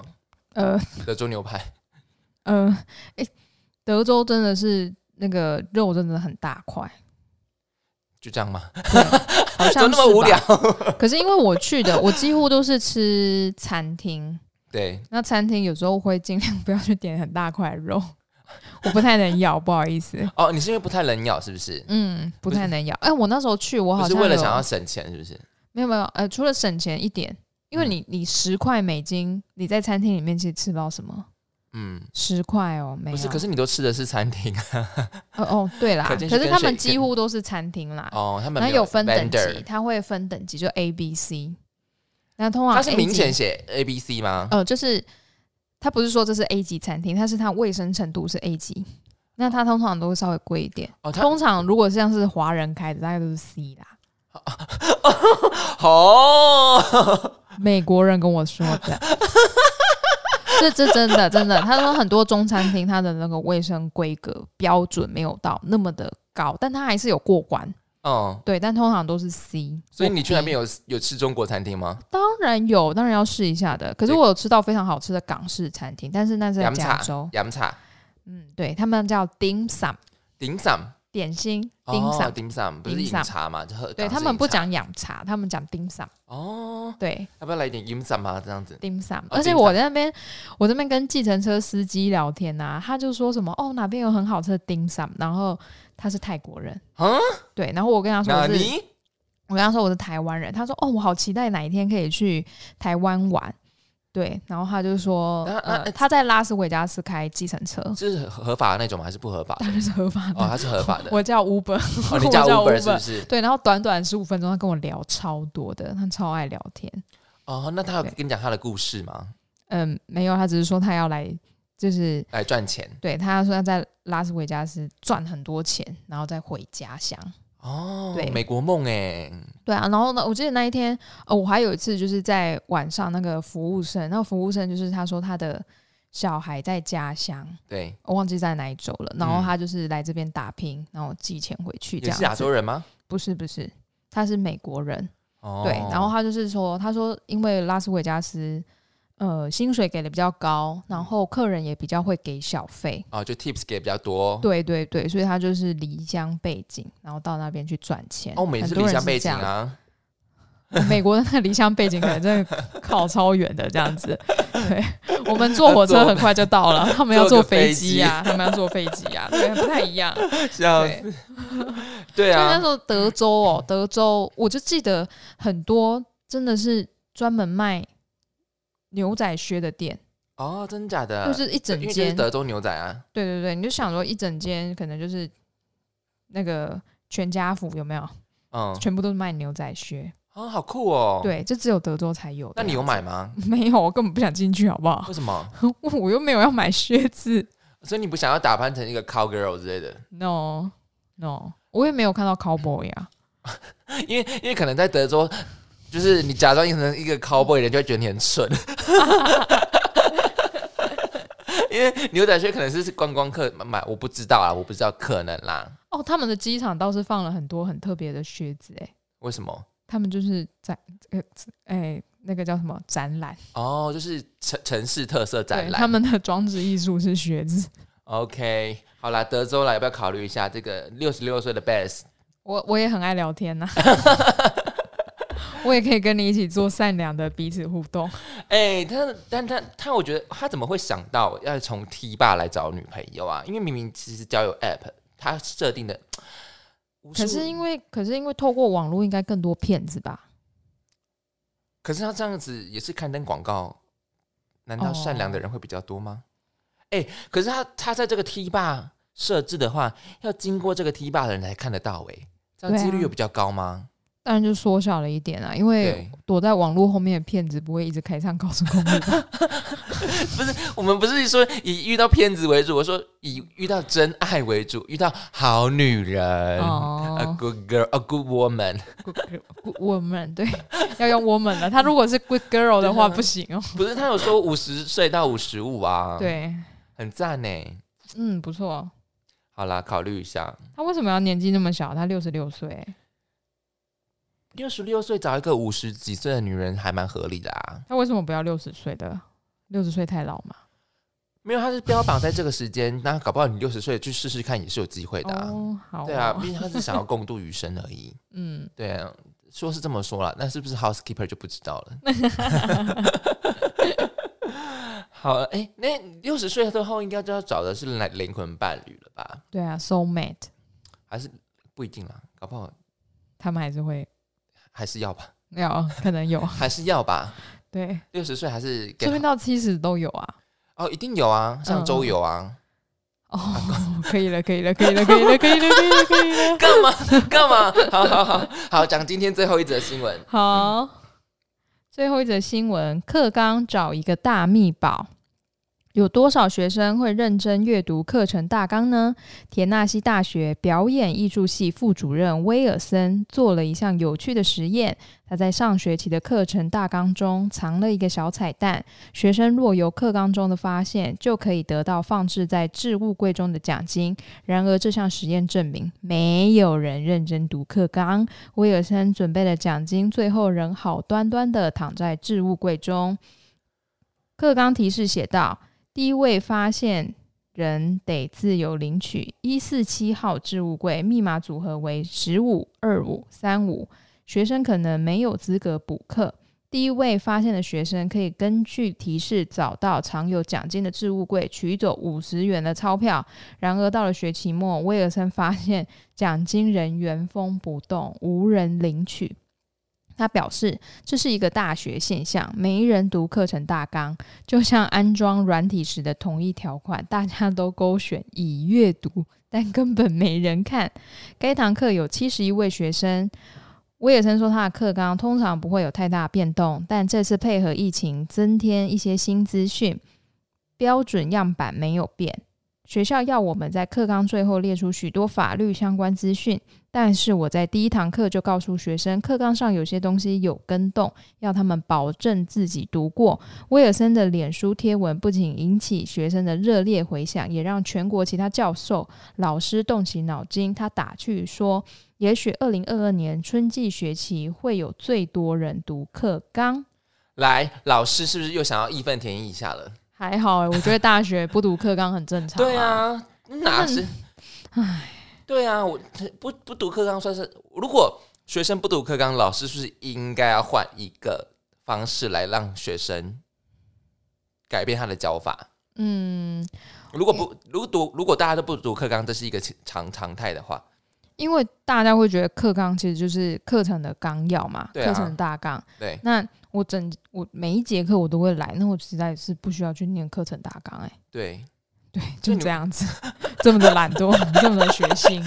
Speaker 2: 呃
Speaker 1: 德州牛排，
Speaker 2: 呃，诶、德州真的是那个肉真的很大块，
Speaker 1: 就这样吗？
Speaker 2: 好
Speaker 1: 怎么
Speaker 2: 像
Speaker 1: 那么无聊
Speaker 2: 是？吧。可是因为我去的，我几乎都是吃餐厅，
Speaker 1: 对，
Speaker 2: 那餐厅有时候会尽量不 *laughs* 要去点很大块的肉，我不太能咬，不好意思。
Speaker 1: 哦，你是因为不太能咬是不是？
Speaker 2: 嗯，不太能咬。哎、我那时候去，我好
Speaker 1: 不是
Speaker 2: 像
Speaker 1: 为了
Speaker 2: 有
Speaker 1: 想要省钱是不是？
Speaker 2: 没有没有，呃，除了省钱一点，因为
Speaker 1: 嗯
Speaker 2: 你你十块美金，你在餐厅里面其实吃不到什么，
Speaker 1: 嗯，
Speaker 2: 十块哦，没有。
Speaker 1: 不是，可是你都吃的是餐厅啊
Speaker 2: *laughs* 哦哦，对啦，
Speaker 1: 可
Speaker 2: 可
Speaker 1: 见是
Speaker 2: 是
Speaker 1: 跟
Speaker 2: 他
Speaker 1: 谁
Speaker 2: 们几乎都是餐厅啦，
Speaker 1: 哦，他们
Speaker 2: 然
Speaker 1: 没
Speaker 2: 后有分等级，
Speaker 1: vendor，
Speaker 2: 它会分等级，就 A、B、C。那通常
Speaker 1: 它是
Speaker 2: A
Speaker 1: 明
Speaker 2: 级
Speaker 1: 显写 A B C 吗？
Speaker 2: 呃，就是他不是说这是 A 级餐厅，它是它卫生程度是 A 级，那它通常都会稍微贵一点。
Speaker 1: 哦，它
Speaker 2: 通常如果像是华人开的，大概都是 C 啦。
Speaker 1: 哦， *laughs*
Speaker 2: 美国人跟我说的。这这真的真的，他说很多中餐厅它的那个卫生规格标准没有到那么的高，但它还是有过关。
Speaker 1: 哦，
Speaker 2: 对，但通常都是 C。
Speaker 1: 所以你去那
Speaker 2: 嗯
Speaker 1: 边有有吃中国餐厅吗？
Speaker 2: 当然有，当然要试一下的。可是
Speaker 1: 对
Speaker 2: 我有吃到非常好吃的港式餐厅，但是那是在
Speaker 1: 洋
Speaker 2: 加
Speaker 1: 茶
Speaker 2: 州，。
Speaker 1: 洋茶，
Speaker 2: 嗯，对他们叫 dim sum
Speaker 1: 顶嗓，
Speaker 2: 点心
Speaker 1: 哦
Speaker 2: dim sum，、
Speaker 1: 顶嗓不是
Speaker 2: 顶
Speaker 1: 饮
Speaker 2: 嗓
Speaker 1: 茶嘛？就喝
Speaker 2: 对
Speaker 1: 港式
Speaker 2: 他们
Speaker 1: 饮
Speaker 2: 不
Speaker 1: 茶
Speaker 2: 讲养茶，他们讲 dim sum。
Speaker 1: 哦，
Speaker 2: 对
Speaker 1: 要不要来一点饮嗓嘛？这样子
Speaker 2: dim sum，、
Speaker 1: 哦
Speaker 2: 而且
Speaker 1: dim
Speaker 2: 我
Speaker 1: sum
Speaker 2: 在那边我这边跟计程车司机聊天呐、他就说什么哦哪边有很好吃的 dim sum，然后他是泰国人，
Speaker 1: 啊？
Speaker 2: 对，然后我跟他说
Speaker 1: 那
Speaker 2: 我是
Speaker 1: 你
Speaker 2: 我跟他说我是台湾人，他说哦，我好期待哪一天可以去台湾玩。对，然后他就说，
Speaker 1: 那那
Speaker 2: 呃，他在拉斯维加斯开计程车，
Speaker 1: 这是合法的那种吗？还是不合法的？
Speaker 2: 当然是合法的。
Speaker 1: 哦，它是合法的。
Speaker 2: 我叫 Uber，、 *laughs*
Speaker 1: 哦，你
Speaker 2: 我
Speaker 1: 叫
Speaker 2: 叫
Speaker 1: Uber 是
Speaker 2: Uber
Speaker 1: 不是？
Speaker 2: 对，然后短短十五分钟，他跟我聊超多的，他超爱聊天。
Speaker 1: 哦，那他有
Speaker 2: 对
Speaker 1: 跟你讲他的故事吗？
Speaker 2: 嗯，没有，他只是说他要来就是
Speaker 1: 来赚钱
Speaker 2: 对他说要在拉斯维加斯赚很多钱，然后再回家乡。
Speaker 1: 哦
Speaker 2: 对，
Speaker 1: 美国梦哎，
Speaker 2: 对啊，然后呢，我记得那一天，呃，我还有一次就是在晚上那个服务生，那个服务生就是他说他的小孩在家乡，
Speaker 1: 对，
Speaker 2: 我忘记在哪一州了，然后
Speaker 1: 嗯
Speaker 2: 他就是来这边打拼，然后寄钱回去这
Speaker 1: 也
Speaker 2: 样
Speaker 1: 是
Speaker 2: 子。
Speaker 1: 亚洲人吗？
Speaker 2: 不是不是，他是美国人。
Speaker 1: 哦，
Speaker 2: 对，然后他就是说，他说因为拉斯维加斯，呃，薪水给的比较高，
Speaker 1: 嗯
Speaker 2: 然后客人也比较会给小费。
Speaker 1: 哦，就 tips 给比较多，
Speaker 2: 对对对，所以他就是离乡背景，然后到那边去赚钱。
Speaker 1: 哦，我们也
Speaker 2: 很
Speaker 1: 是
Speaker 2: 多
Speaker 1: 离
Speaker 2: 人
Speaker 1: 乡
Speaker 2: 是
Speaker 1: 背
Speaker 2: 这
Speaker 1: 景
Speaker 2: 样 *laughs*
Speaker 1: 啊，
Speaker 2: 美国的那个离乡背景可能真的靠超远的这样子。
Speaker 1: *laughs*
Speaker 2: 对，我们坐火车很快就到了，他们要
Speaker 1: 坐
Speaker 2: 坐
Speaker 1: 个飞
Speaker 2: 飞机啊，他们要坐飞机啊，对，不太
Speaker 1: *laughs*
Speaker 2: 一样。
Speaker 1: 笑
Speaker 2: 对
Speaker 1: 死，对
Speaker 2: 所以那
Speaker 1: 啊
Speaker 2: 时，候德州哦，德州我就记得很多真的是专门卖牛仔靴的店，
Speaker 1: 哦，真假的，
Speaker 2: 就是一整
Speaker 1: 因为就是
Speaker 2: 间，
Speaker 1: 德州牛仔啊，
Speaker 2: 对对对，你就想说一整间可能就是那个全家福有没有，
Speaker 1: 嗯，
Speaker 2: 全部都是卖牛仔靴，
Speaker 1: 啊，好酷哦，，
Speaker 2: 对，就只有德州才有。啊
Speaker 1: 那你有？买嗯吗？
Speaker 2: *laughs* 没有，我根本不想进去，好不好？
Speaker 1: 为什么？
Speaker 2: *laughs* 我又没有要买靴子
Speaker 1: 所以你不想要打扮成一个 cowgirl 之类的？
Speaker 2: ，no no，我也没有看到 cowboy 啊，
Speaker 1: 因为因为可能在德州，就是你假装成一个 cowboy，人就会觉得你很蠢。 *laughs* 因为牛仔靴可能是观光客买，我不知道啊，我不知道，可能啦。
Speaker 2: 哦，他们的机场倒是放了很多很特别的靴子、欸，
Speaker 1: 为什么？
Speaker 2: 他们就是展呃哎、那个叫什么展览，
Speaker 1: 哦，就是城城市特色展
Speaker 2: 对，
Speaker 1: 览。
Speaker 2: 他们的装置艺术是靴子。
Speaker 1: OK，好啦，德州啦，要不要考虑一下这个六十六岁的 Bess？
Speaker 2: 我我也很爱聊天
Speaker 1: *laughs*
Speaker 2: 呐、我也可以跟你一起做善良的彼此互动。
Speaker 1: 哎、他但他他，我觉得他怎么会想到要从 T 吧来找女朋友啊？因为明明其实交友 App 他设定的，无
Speaker 2: 可
Speaker 1: 数
Speaker 2: 是因为可是因为透过网络应该更多骗子吧？
Speaker 1: 可是他这样子也是刊登广告，难道
Speaker 2: 哦
Speaker 1: 善良的人会比较多吗？哎、可是他他在这个 T 坝设置的话，要经过这个 T 坝的人才看得到、哎，这样
Speaker 2: 对啊
Speaker 1: 几率有比较高吗？
Speaker 2: 当然就缩小了一点啊，因为
Speaker 1: 对
Speaker 2: 躲在网络后面的骗子不会一直开上高速
Speaker 1: *laughs*
Speaker 2: 公路吧。啊
Speaker 1: 我们不是说以遇到骗子为主，我说以遇到真爱为主，遇到好女人。A
Speaker 2: 哦
Speaker 1: good girl, a good woman，
Speaker 2: ，good good woman，对， *laughs* 要用 woman 了。他如果是 good girl 的话
Speaker 1: 对啊
Speaker 2: 不行哦。
Speaker 1: 不是他有说五十岁到五十五啊，，
Speaker 2: 对，
Speaker 1: 很赞呢。
Speaker 2: 嗯，不错。
Speaker 1: 好啦，考虑一下，
Speaker 2: 他为什么要年纪那么小？他六十六岁欸，
Speaker 1: 六十六岁找一个五十几岁的女人还蛮合理的啊。
Speaker 2: 他为什么不要六十岁的？六十岁太老嘛？
Speaker 1: 没有，他是标榜在这个时间，那搞不好你六十岁去试试看也是有机会的、啊。
Speaker 2: 哦，好哦，
Speaker 1: 对啊，毕竟他是想要共度余生而已。
Speaker 2: 嗯，
Speaker 1: 对啊，说是这么说啦，那是不是 housekeeper 就不知道了。 *laughs* 好，哎、那六十岁之后应该就要找的是来灵魂伴侣了吧？
Speaker 2: 对啊，soul mate，
Speaker 1: 还是不一定啦，搞不好
Speaker 2: 他们还是会
Speaker 1: 还是要吧，
Speaker 2: 要，可能有，
Speaker 1: 还是要吧。
Speaker 2: 对，
Speaker 1: 六十岁还是给
Speaker 2: 说不定到七十都有啊。
Speaker 1: 哦，一定有啊，上周有啊，
Speaker 2: 哦，
Speaker 1: *laughs*
Speaker 2: 可以了，可以了，可以了，可以了，可以了，可以了，可以了。
Speaker 1: 干嘛干嘛？ *laughs* 好好好好，讲今天最后一则新闻。
Speaker 2: 好，最后一则新闻：课纲找一个大密宝。有多少学生会认真阅读课程大纲呢？田纳西大学表演艺术系副主任威尔森做了一项有趣的实验。他在上学期的课程大纲中藏了一个小彩蛋，学生若有课纲中的发现，就可以得到放置在置物柜中的奖金。然而，这项实验证明，没有人认真读课纲，威尔森准备了奖金，最后仍好端端的躺在置物柜中。课纲提示写道：第一位发现人得自由领取一四七号置物柜，密码组合为十五、二五、三五。学生可能没有资格补课。第一位发现的学生可以根据提示找到藏有奖金的置物柜，取走五十元的钞票。然而到了学期末，威尔森发现奖金人原封不动，无人领取。他表示，这是一个大学现象，没人读课程大纲，就像安装软体时的同一条款，大家都勾选已阅读，但根本没人看。该堂课有七十一位学生。威尔森说，他的课纲通常不会有太大变动，但这次配合疫情，增添一些新资讯。标准样板没有变。学校要我们在课纲最后列出许多法律相关资讯，但是我在第一堂课就告诉学生，课纲上有些东西有跟动，要他们保证自己读过。威尔森的脸书贴文不仅引起学生的热烈回响，也让全国其他教授、老师动起脑筋。他打趣说：“也许二零二二年春季学期会有最多人读课纲。
Speaker 1: 来，老师是不是又想要义愤填膺一下了？”
Speaker 2: 还好哎、我觉得大学不读课纲很正常、
Speaker 1: 对，啊，哪是？
Speaker 2: 唉，
Speaker 1: 对啊，我不不读课纲算是，如果学生不读课纲，老师是不是应该要换一个方式来让学生改变他的教法？
Speaker 2: 嗯，
Speaker 1: 如果不，如果读，如果大家都不读课纲，这是一个常常态的话，
Speaker 2: 因为大家会觉得课纲其实就是课程的纲要嘛，
Speaker 1: 对
Speaker 2: 课、
Speaker 1: 啊
Speaker 2: 程的大纲。
Speaker 1: 对，
Speaker 2: 那我整我每一节课我都会来，那我实在是不需要去念课程大
Speaker 1: *laughs*
Speaker 2: 纲哎、
Speaker 1: 对，
Speaker 2: 对，
Speaker 1: 所以
Speaker 2: 就
Speaker 1: 你
Speaker 2: 这样子， *laughs* 这么的懒惰， *laughs* 这么的学性，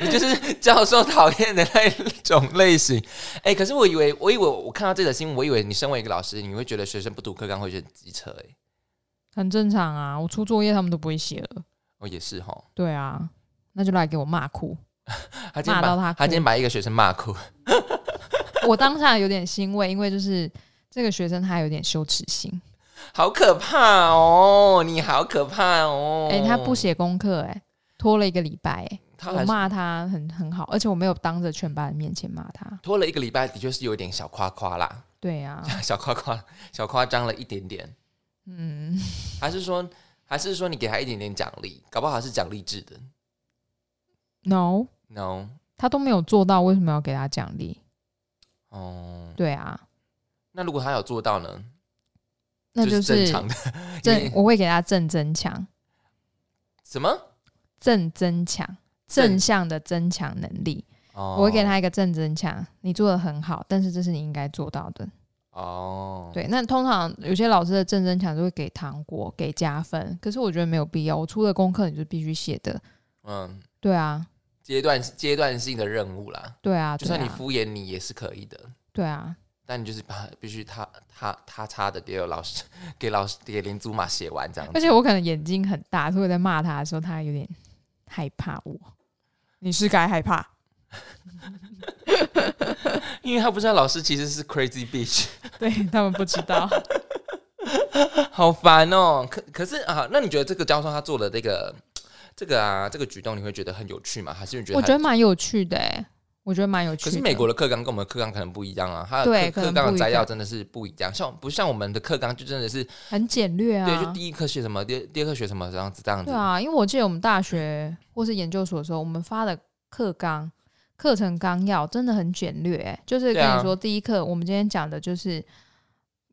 Speaker 1: 你就是教授讨厌的那一种类型。哎、可是我以为，我以为我看到这则新闻，我以为你身为一个老师，你会觉得学生不读课纲会觉得很机车、哎，
Speaker 2: 很正常啊。我出作业他们都不会写了，
Speaker 1: 哦，也是哈，
Speaker 2: 对啊，那就来给我骂哭。
Speaker 1: 他今天
Speaker 2: 骂
Speaker 1: 把
Speaker 2: 到他哭
Speaker 1: 今天把一个学生骂哭， *laughs*
Speaker 2: 我当下有点欣慰，因为就是这个学生他有点羞耻心，
Speaker 1: 好可怕哦！你好可怕哦！
Speaker 2: 哎、他不，写功课哎、拖了一个礼拜哎、
Speaker 1: 他
Speaker 2: 我
Speaker 1: 还是
Speaker 2: 骂他很很好，而且我没有当着全班的面前骂他。
Speaker 1: 拖了一个礼拜，的确是有一点小夸夸啦， *laughs*
Speaker 2: 对啊，
Speaker 1: 小夸夸，小夸张了一点点。
Speaker 2: 嗯，
Speaker 1: 还是说，还是说你给他一点点奖励，搞不好是奖励制的
Speaker 2: ，no，
Speaker 1: ？No，
Speaker 2: 他都没有做到，为什么要给他奖励？
Speaker 1: 哦，
Speaker 2: 对啊，
Speaker 1: 那如果他有做到呢？
Speaker 2: 那
Speaker 1: 就是正常的。 *laughs* 因
Speaker 2: 正
Speaker 1: 为
Speaker 2: 我会给他正增强，
Speaker 1: 什么？
Speaker 2: 正增强。
Speaker 1: 正
Speaker 2: 正向的增强能力，
Speaker 1: 哦
Speaker 2: 我会给他一个正增强。你做的很好，但是这是你应该做到的。
Speaker 1: 哦，
Speaker 2: 对，那通常有些老师的正增强就会给糖果、给加分，可是我觉得没有必要。我出的功课你就必须写的。
Speaker 1: 嗯，
Speaker 2: 对啊，
Speaker 1: 阶段阶段性的任务啦，
Speaker 2: 对啊，
Speaker 1: 就算
Speaker 2: 对
Speaker 1: 你嗯
Speaker 2: 啊
Speaker 1: 敷衍你也是可以的。
Speaker 2: 对啊，
Speaker 1: 但你就是把必须他他他差的给老师 *laughs* 给老师给林祖玛写完这样子，
Speaker 2: 而且我可能眼睛很大，所以我在骂他的时候，他有点害怕我。你是该害怕，
Speaker 1: 因为他不知道老师其实是 crazy bitch，
Speaker 2: 对他们不知道。
Speaker 1: 好烦哦。可可是啊，那你觉得这个教授他做的这个这个啊这个举动，你会觉得很有趣吗？还是你 *laughs* 觉得
Speaker 2: 我
Speaker 1: 他
Speaker 2: 觉得蛮有趣的、欸，我觉得蛮有趣
Speaker 1: 可
Speaker 2: 的。
Speaker 1: 是美国的课纲跟我们的课纲可能不一样啊，他
Speaker 2: 对
Speaker 1: 的课
Speaker 2: 可
Speaker 1: 课
Speaker 2: 能
Speaker 1: 纲
Speaker 2: 不
Speaker 1: 的
Speaker 2: 一
Speaker 1: 摘要
Speaker 2: 样
Speaker 1: 真的是不一样，像不像我们的课纲就真的是、
Speaker 2: 很简略啊，
Speaker 1: 对，就第一课学什么，第二第二课学什么，这样子这样子。
Speaker 2: 对啊，因为我记得我们大学或是研究所的时候，我们发的课纲、课程纲要真的很简略、欸，就是
Speaker 1: 对
Speaker 2: 跟
Speaker 1: 啊
Speaker 2: 你说，第一课我们今天讲的就是，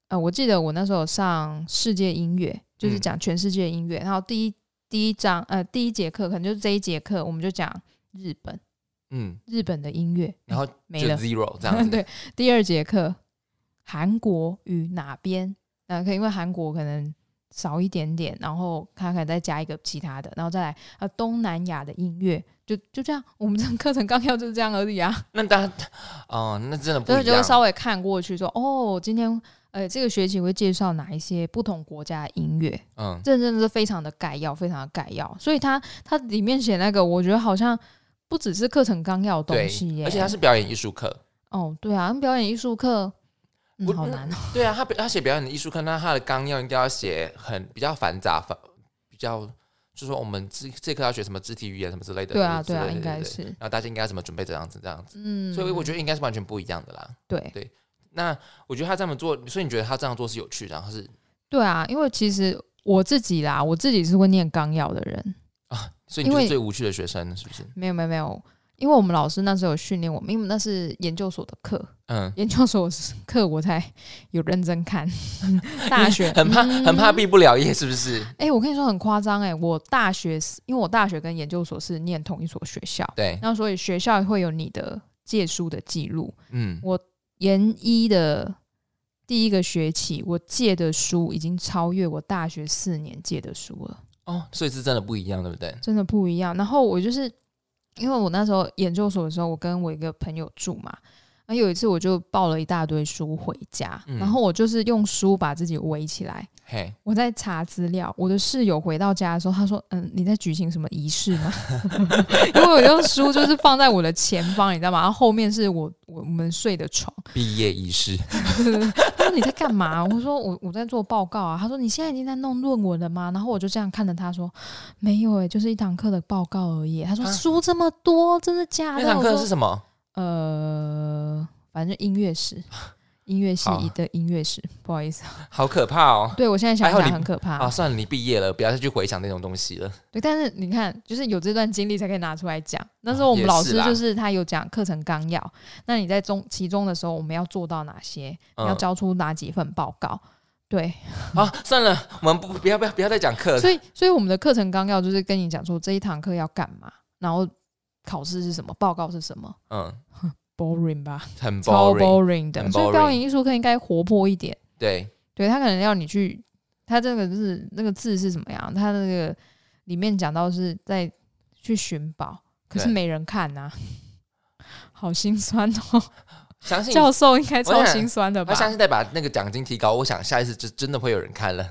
Speaker 2: 呃，我记得我那时候上世界音乐，就是
Speaker 1: 嗯
Speaker 2: 讲全世界的音乐，然后第一第一章，呃，第一节课可能就是这一节课，我们就讲日本
Speaker 1: 嗯，
Speaker 2: 日本的音乐，
Speaker 1: 然后
Speaker 2: 没
Speaker 1: 就
Speaker 2: 了。
Speaker 1: zero 这样子。
Speaker 2: *laughs* 对，第二节课韩国与哪边？呃，可因为韩国可能少一点点，然后他可能再加一个其他的，然后再来呃东南亚的音乐，就就这样。我们这个课程纲要就是这样而已啊，
Speaker 1: 那大家哦，那真的不
Speaker 2: 所以
Speaker 1: 一
Speaker 2: 就会
Speaker 1: 样。
Speaker 2: 稍微看过去说，哦，今天呃这个学期会介绍哪一些不同国家的音乐，
Speaker 1: 嗯，
Speaker 2: 这真的是非常的概要，非常的概要。所以它它里面写那个，我觉得好像不只是课程纲要的
Speaker 1: 对
Speaker 2: 东西耶，
Speaker 1: 而且他是表演艺术课。
Speaker 2: 哦，对啊，表演艺术课。嗯
Speaker 1: 我、
Speaker 2: 好难哦。
Speaker 1: 对啊，他表他写表演的艺术课，那他的纲要应该要写很比较繁杂，繁比较就是说我们这这课要学什么肢体语言什么之类的。
Speaker 2: 对啊，
Speaker 1: 之
Speaker 2: 对
Speaker 1: 类
Speaker 2: 啊，
Speaker 1: 的
Speaker 2: 应该。
Speaker 1: 对对对
Speaker 2: 是，
Speaker 1: 然后大家应该要怎么准备这样子这样子，
Speaker 2: 嗯，
Speaker 1: 所以我觉得应该是完全不一样的啦。
Speaker 2: 对
Speaker 1: 那我觉得他这么做，所以你觉得他这样做是有趣的，然后是
Speaker 2: 对啊，因为其实我自己啦，我自己是会念纲要的人，
Speaker 1: 啊，所以你就
Speaker 2: 因
Speaker 1: 是最
Speaker 2: 为
Speaker 1: 无趣的学生是不是？
Speaker 2: 没有没有没有，因为我们老师那时候有训练我们，因为那是研究所的课，
Speaker 1: 嗯，
Speaker 2: 研究所是课我才有认真看， *laughs* 大学
Speaker 1: *laughs* 很怕
Speaker 2: 嗯
Speaker 1: 很怕毕不了业是不是？
Speaker 2: 哎、我跟你说很夸张哎，我大学是因为我大学跟研究所是念同一所学校，
Speaker 1: 对，
Speaker 2: 然后所以学校会有你的借书的记录，
Speaker 1: 嗯，
Speaker 2: 研一的第一个学期，我借的书已经超越我大学四年借的书了，
Speaker 1: 哦，所以是真的不一样，对不对？
Speaker 2: 真的不一样。然后我就是因为我那时候研究所的时候，我跟我一个朋友住嘛，然后有一次我就抱了一大堆书回家，
Speaker 1: 嗯
Speaker 2: 然后我就是用书把自己围起来，
Speaker 1: 嘿，
Speaker 2: 我在查资料，我的室友回到家的时候，他说：“嗯，你在举行什么仪式吗？” *laughs* 因为我用书就是放在我的前方，你知道吗？然后后面是我我我们睡的床。
Speaker 1: 毕业仪式，
Speaker 2: 他说：“你在干嘛？”我说：“我我在做报告啊。”他说：“你现在已经在弄论文了吗？”然后我就这样看着他说：“没有诶、欸就是一堂课的报告而已。”他说：“
Speaker 1: 啊
Speaker 2: 书这么多，真的假
Speaker 1: 那
Speaker 2: 的？”
Speaker 1: 堂
Speaker 2: 我
Speaker 1: 课
Speaker 2: 说
Speaker 1: 是什么？
Speaker 2: 呃，反正音乐史，音乐系
Speaker 1: 好
Speaker 2: 的音乐史，不好意思啊。
Speaker 1: 好可怕哦！
Speaker 2: 对我现在想
Speaker 1: 还好
Speaker 2: 想
Speaker 1: 你
Speaker 2: 很可怕。
Speaker 1: 啊，算了，你毕业了，不要再去回想那种东西
Speaker 2: *laughs*
Speaker 1: 了。
Speaker 2: 对，但是你看，就是有这段经历才可以拿出来讲。那时
Speaker 1: 啊
Speaker 2: 候我们
Speaker 1: 也
Speaker 2: 老
Speaker 1: 是
Speaker 2: 师
Speaker 1: 啦
Speaker 2: 就是他有讲课程纲要，那你在中其中的时候，我们要做到哪些？要
Speaker 1: 嗯
Speaker 2: 交出哪几份报告？对，
Speaker 1: 啊，算了，我们不不要不要不要再讲课了。
Speaker 2: 所以所以我们的课程纲要就是跟你讲说这一堂课要干嘛，然后考试是什么，报告是什么
Speaker 1: 嗯，
Speaker 2: ，boring 吧，
Speaker 1: 很
Speaker 2: 超
Speaker 1: boring。
Speaker 2: boring 的。
Speaker 1: 很
Speaker 2: 所以表
Speaker 1: boring
Speaker 2: 演艺术课应该活泼一点。
Speaker 1: 对，
Speaker 2: 对他可能要你去，他这个字那个字是怎么样？他那个里面讲到是在去寻宝，可是
Speaker 1: 对
Speaker 2: 没人
Speaker 1: *laughs*
Speaker 2: 看呐、好心酸哦。
Speaker 1: 相信
Speaker 2: 教授应该超
Speaker 1: 我想
Speaker 2: 心酸的吧
Speaker 1: 他？相信再把那个奖金提高，我想下一次就真的会有人看了。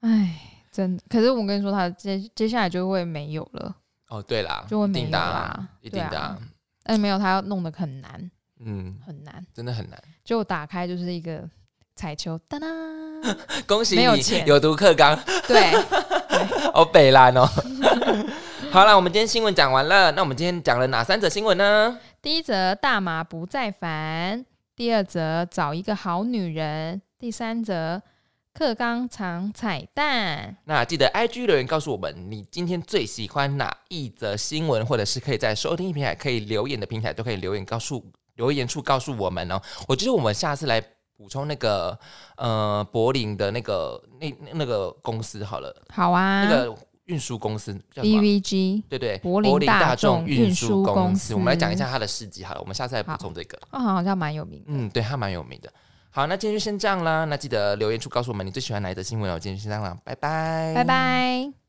Speaker 2: 哎，真的。可是我跟你说，他接接下来就会没有了，
Speaker 1: 哦，对啦，
Speaker 2: 就会
Speaker 1: 一
Speaker 2: 没
Speaker 1: 定
Speaker 2: 有
Speaker 1: 的啊，
Speaker 2: 啦，
Speaker 1: 一定
Speaker 2: 对
Speaker 1: 的
Speaker 2: 啊
Speaker 1: 啊。。
Speaker 2: 哎，没有，他要弄得很难，
Speaker 1: 嗯，
Speaker 2: 很难。
Speaker 1: 真的很难。
Speaker 2: 就我打开就是一个彩球，哒 *laughs* 哒，
Speaker 1: 恭喜
Speaker 2: 没有
Speaker 1: 你
Speaker 2: 钱
Speaker 1: 有读课纲，
Speaker 2: 对，
Speaker 1: 哦，北兰哦。 *laughs* 好了，我们今天新闻讲完了，那我们今天讲了哪三则新闻呢？
Speaker 2: 第一则大麻不再烦，第二则找一个好女人，第三则课纲藏彩蛋。
Speaker 1: 那记得 IG 留言告诉我们，你今天最喜欢哪一则新闻，或者是可以在收听平台可以留言的平台都可以留言告诉留言处告诉我们哦。我觉得我们下次来补充那个呃柏林的那个那那那个公司好了，
Speaker 2: 好啊、
Speaker 1: 那个运输公司叫什么
Speaker 2: b
Speaker 1: 啊？
Speaker 2: v g
Speaker 1: 对对，
Speaker 2: 柏林大众运
Speaker 1: 运
Speaker 2: 输
Speaker 1: 输
Speaker 2: 公
Speaker 1: 公
Speaker 2: 司
Speaker 1: 司，我们来讲一下它的事迹好了，我们下次来补
Speaker 2: 好
Speaker 1: 充这个。
Speaker 2: 哦，好像蛮有名的。
Speaker 1: 嗯，对，它蛮有名的。好，那今天就先这样啦。那记得留言处告诉我们你最喜欢哪一则新闻哦。今天就先这样啦，拜拜，
Speaker 2: 拜。拜。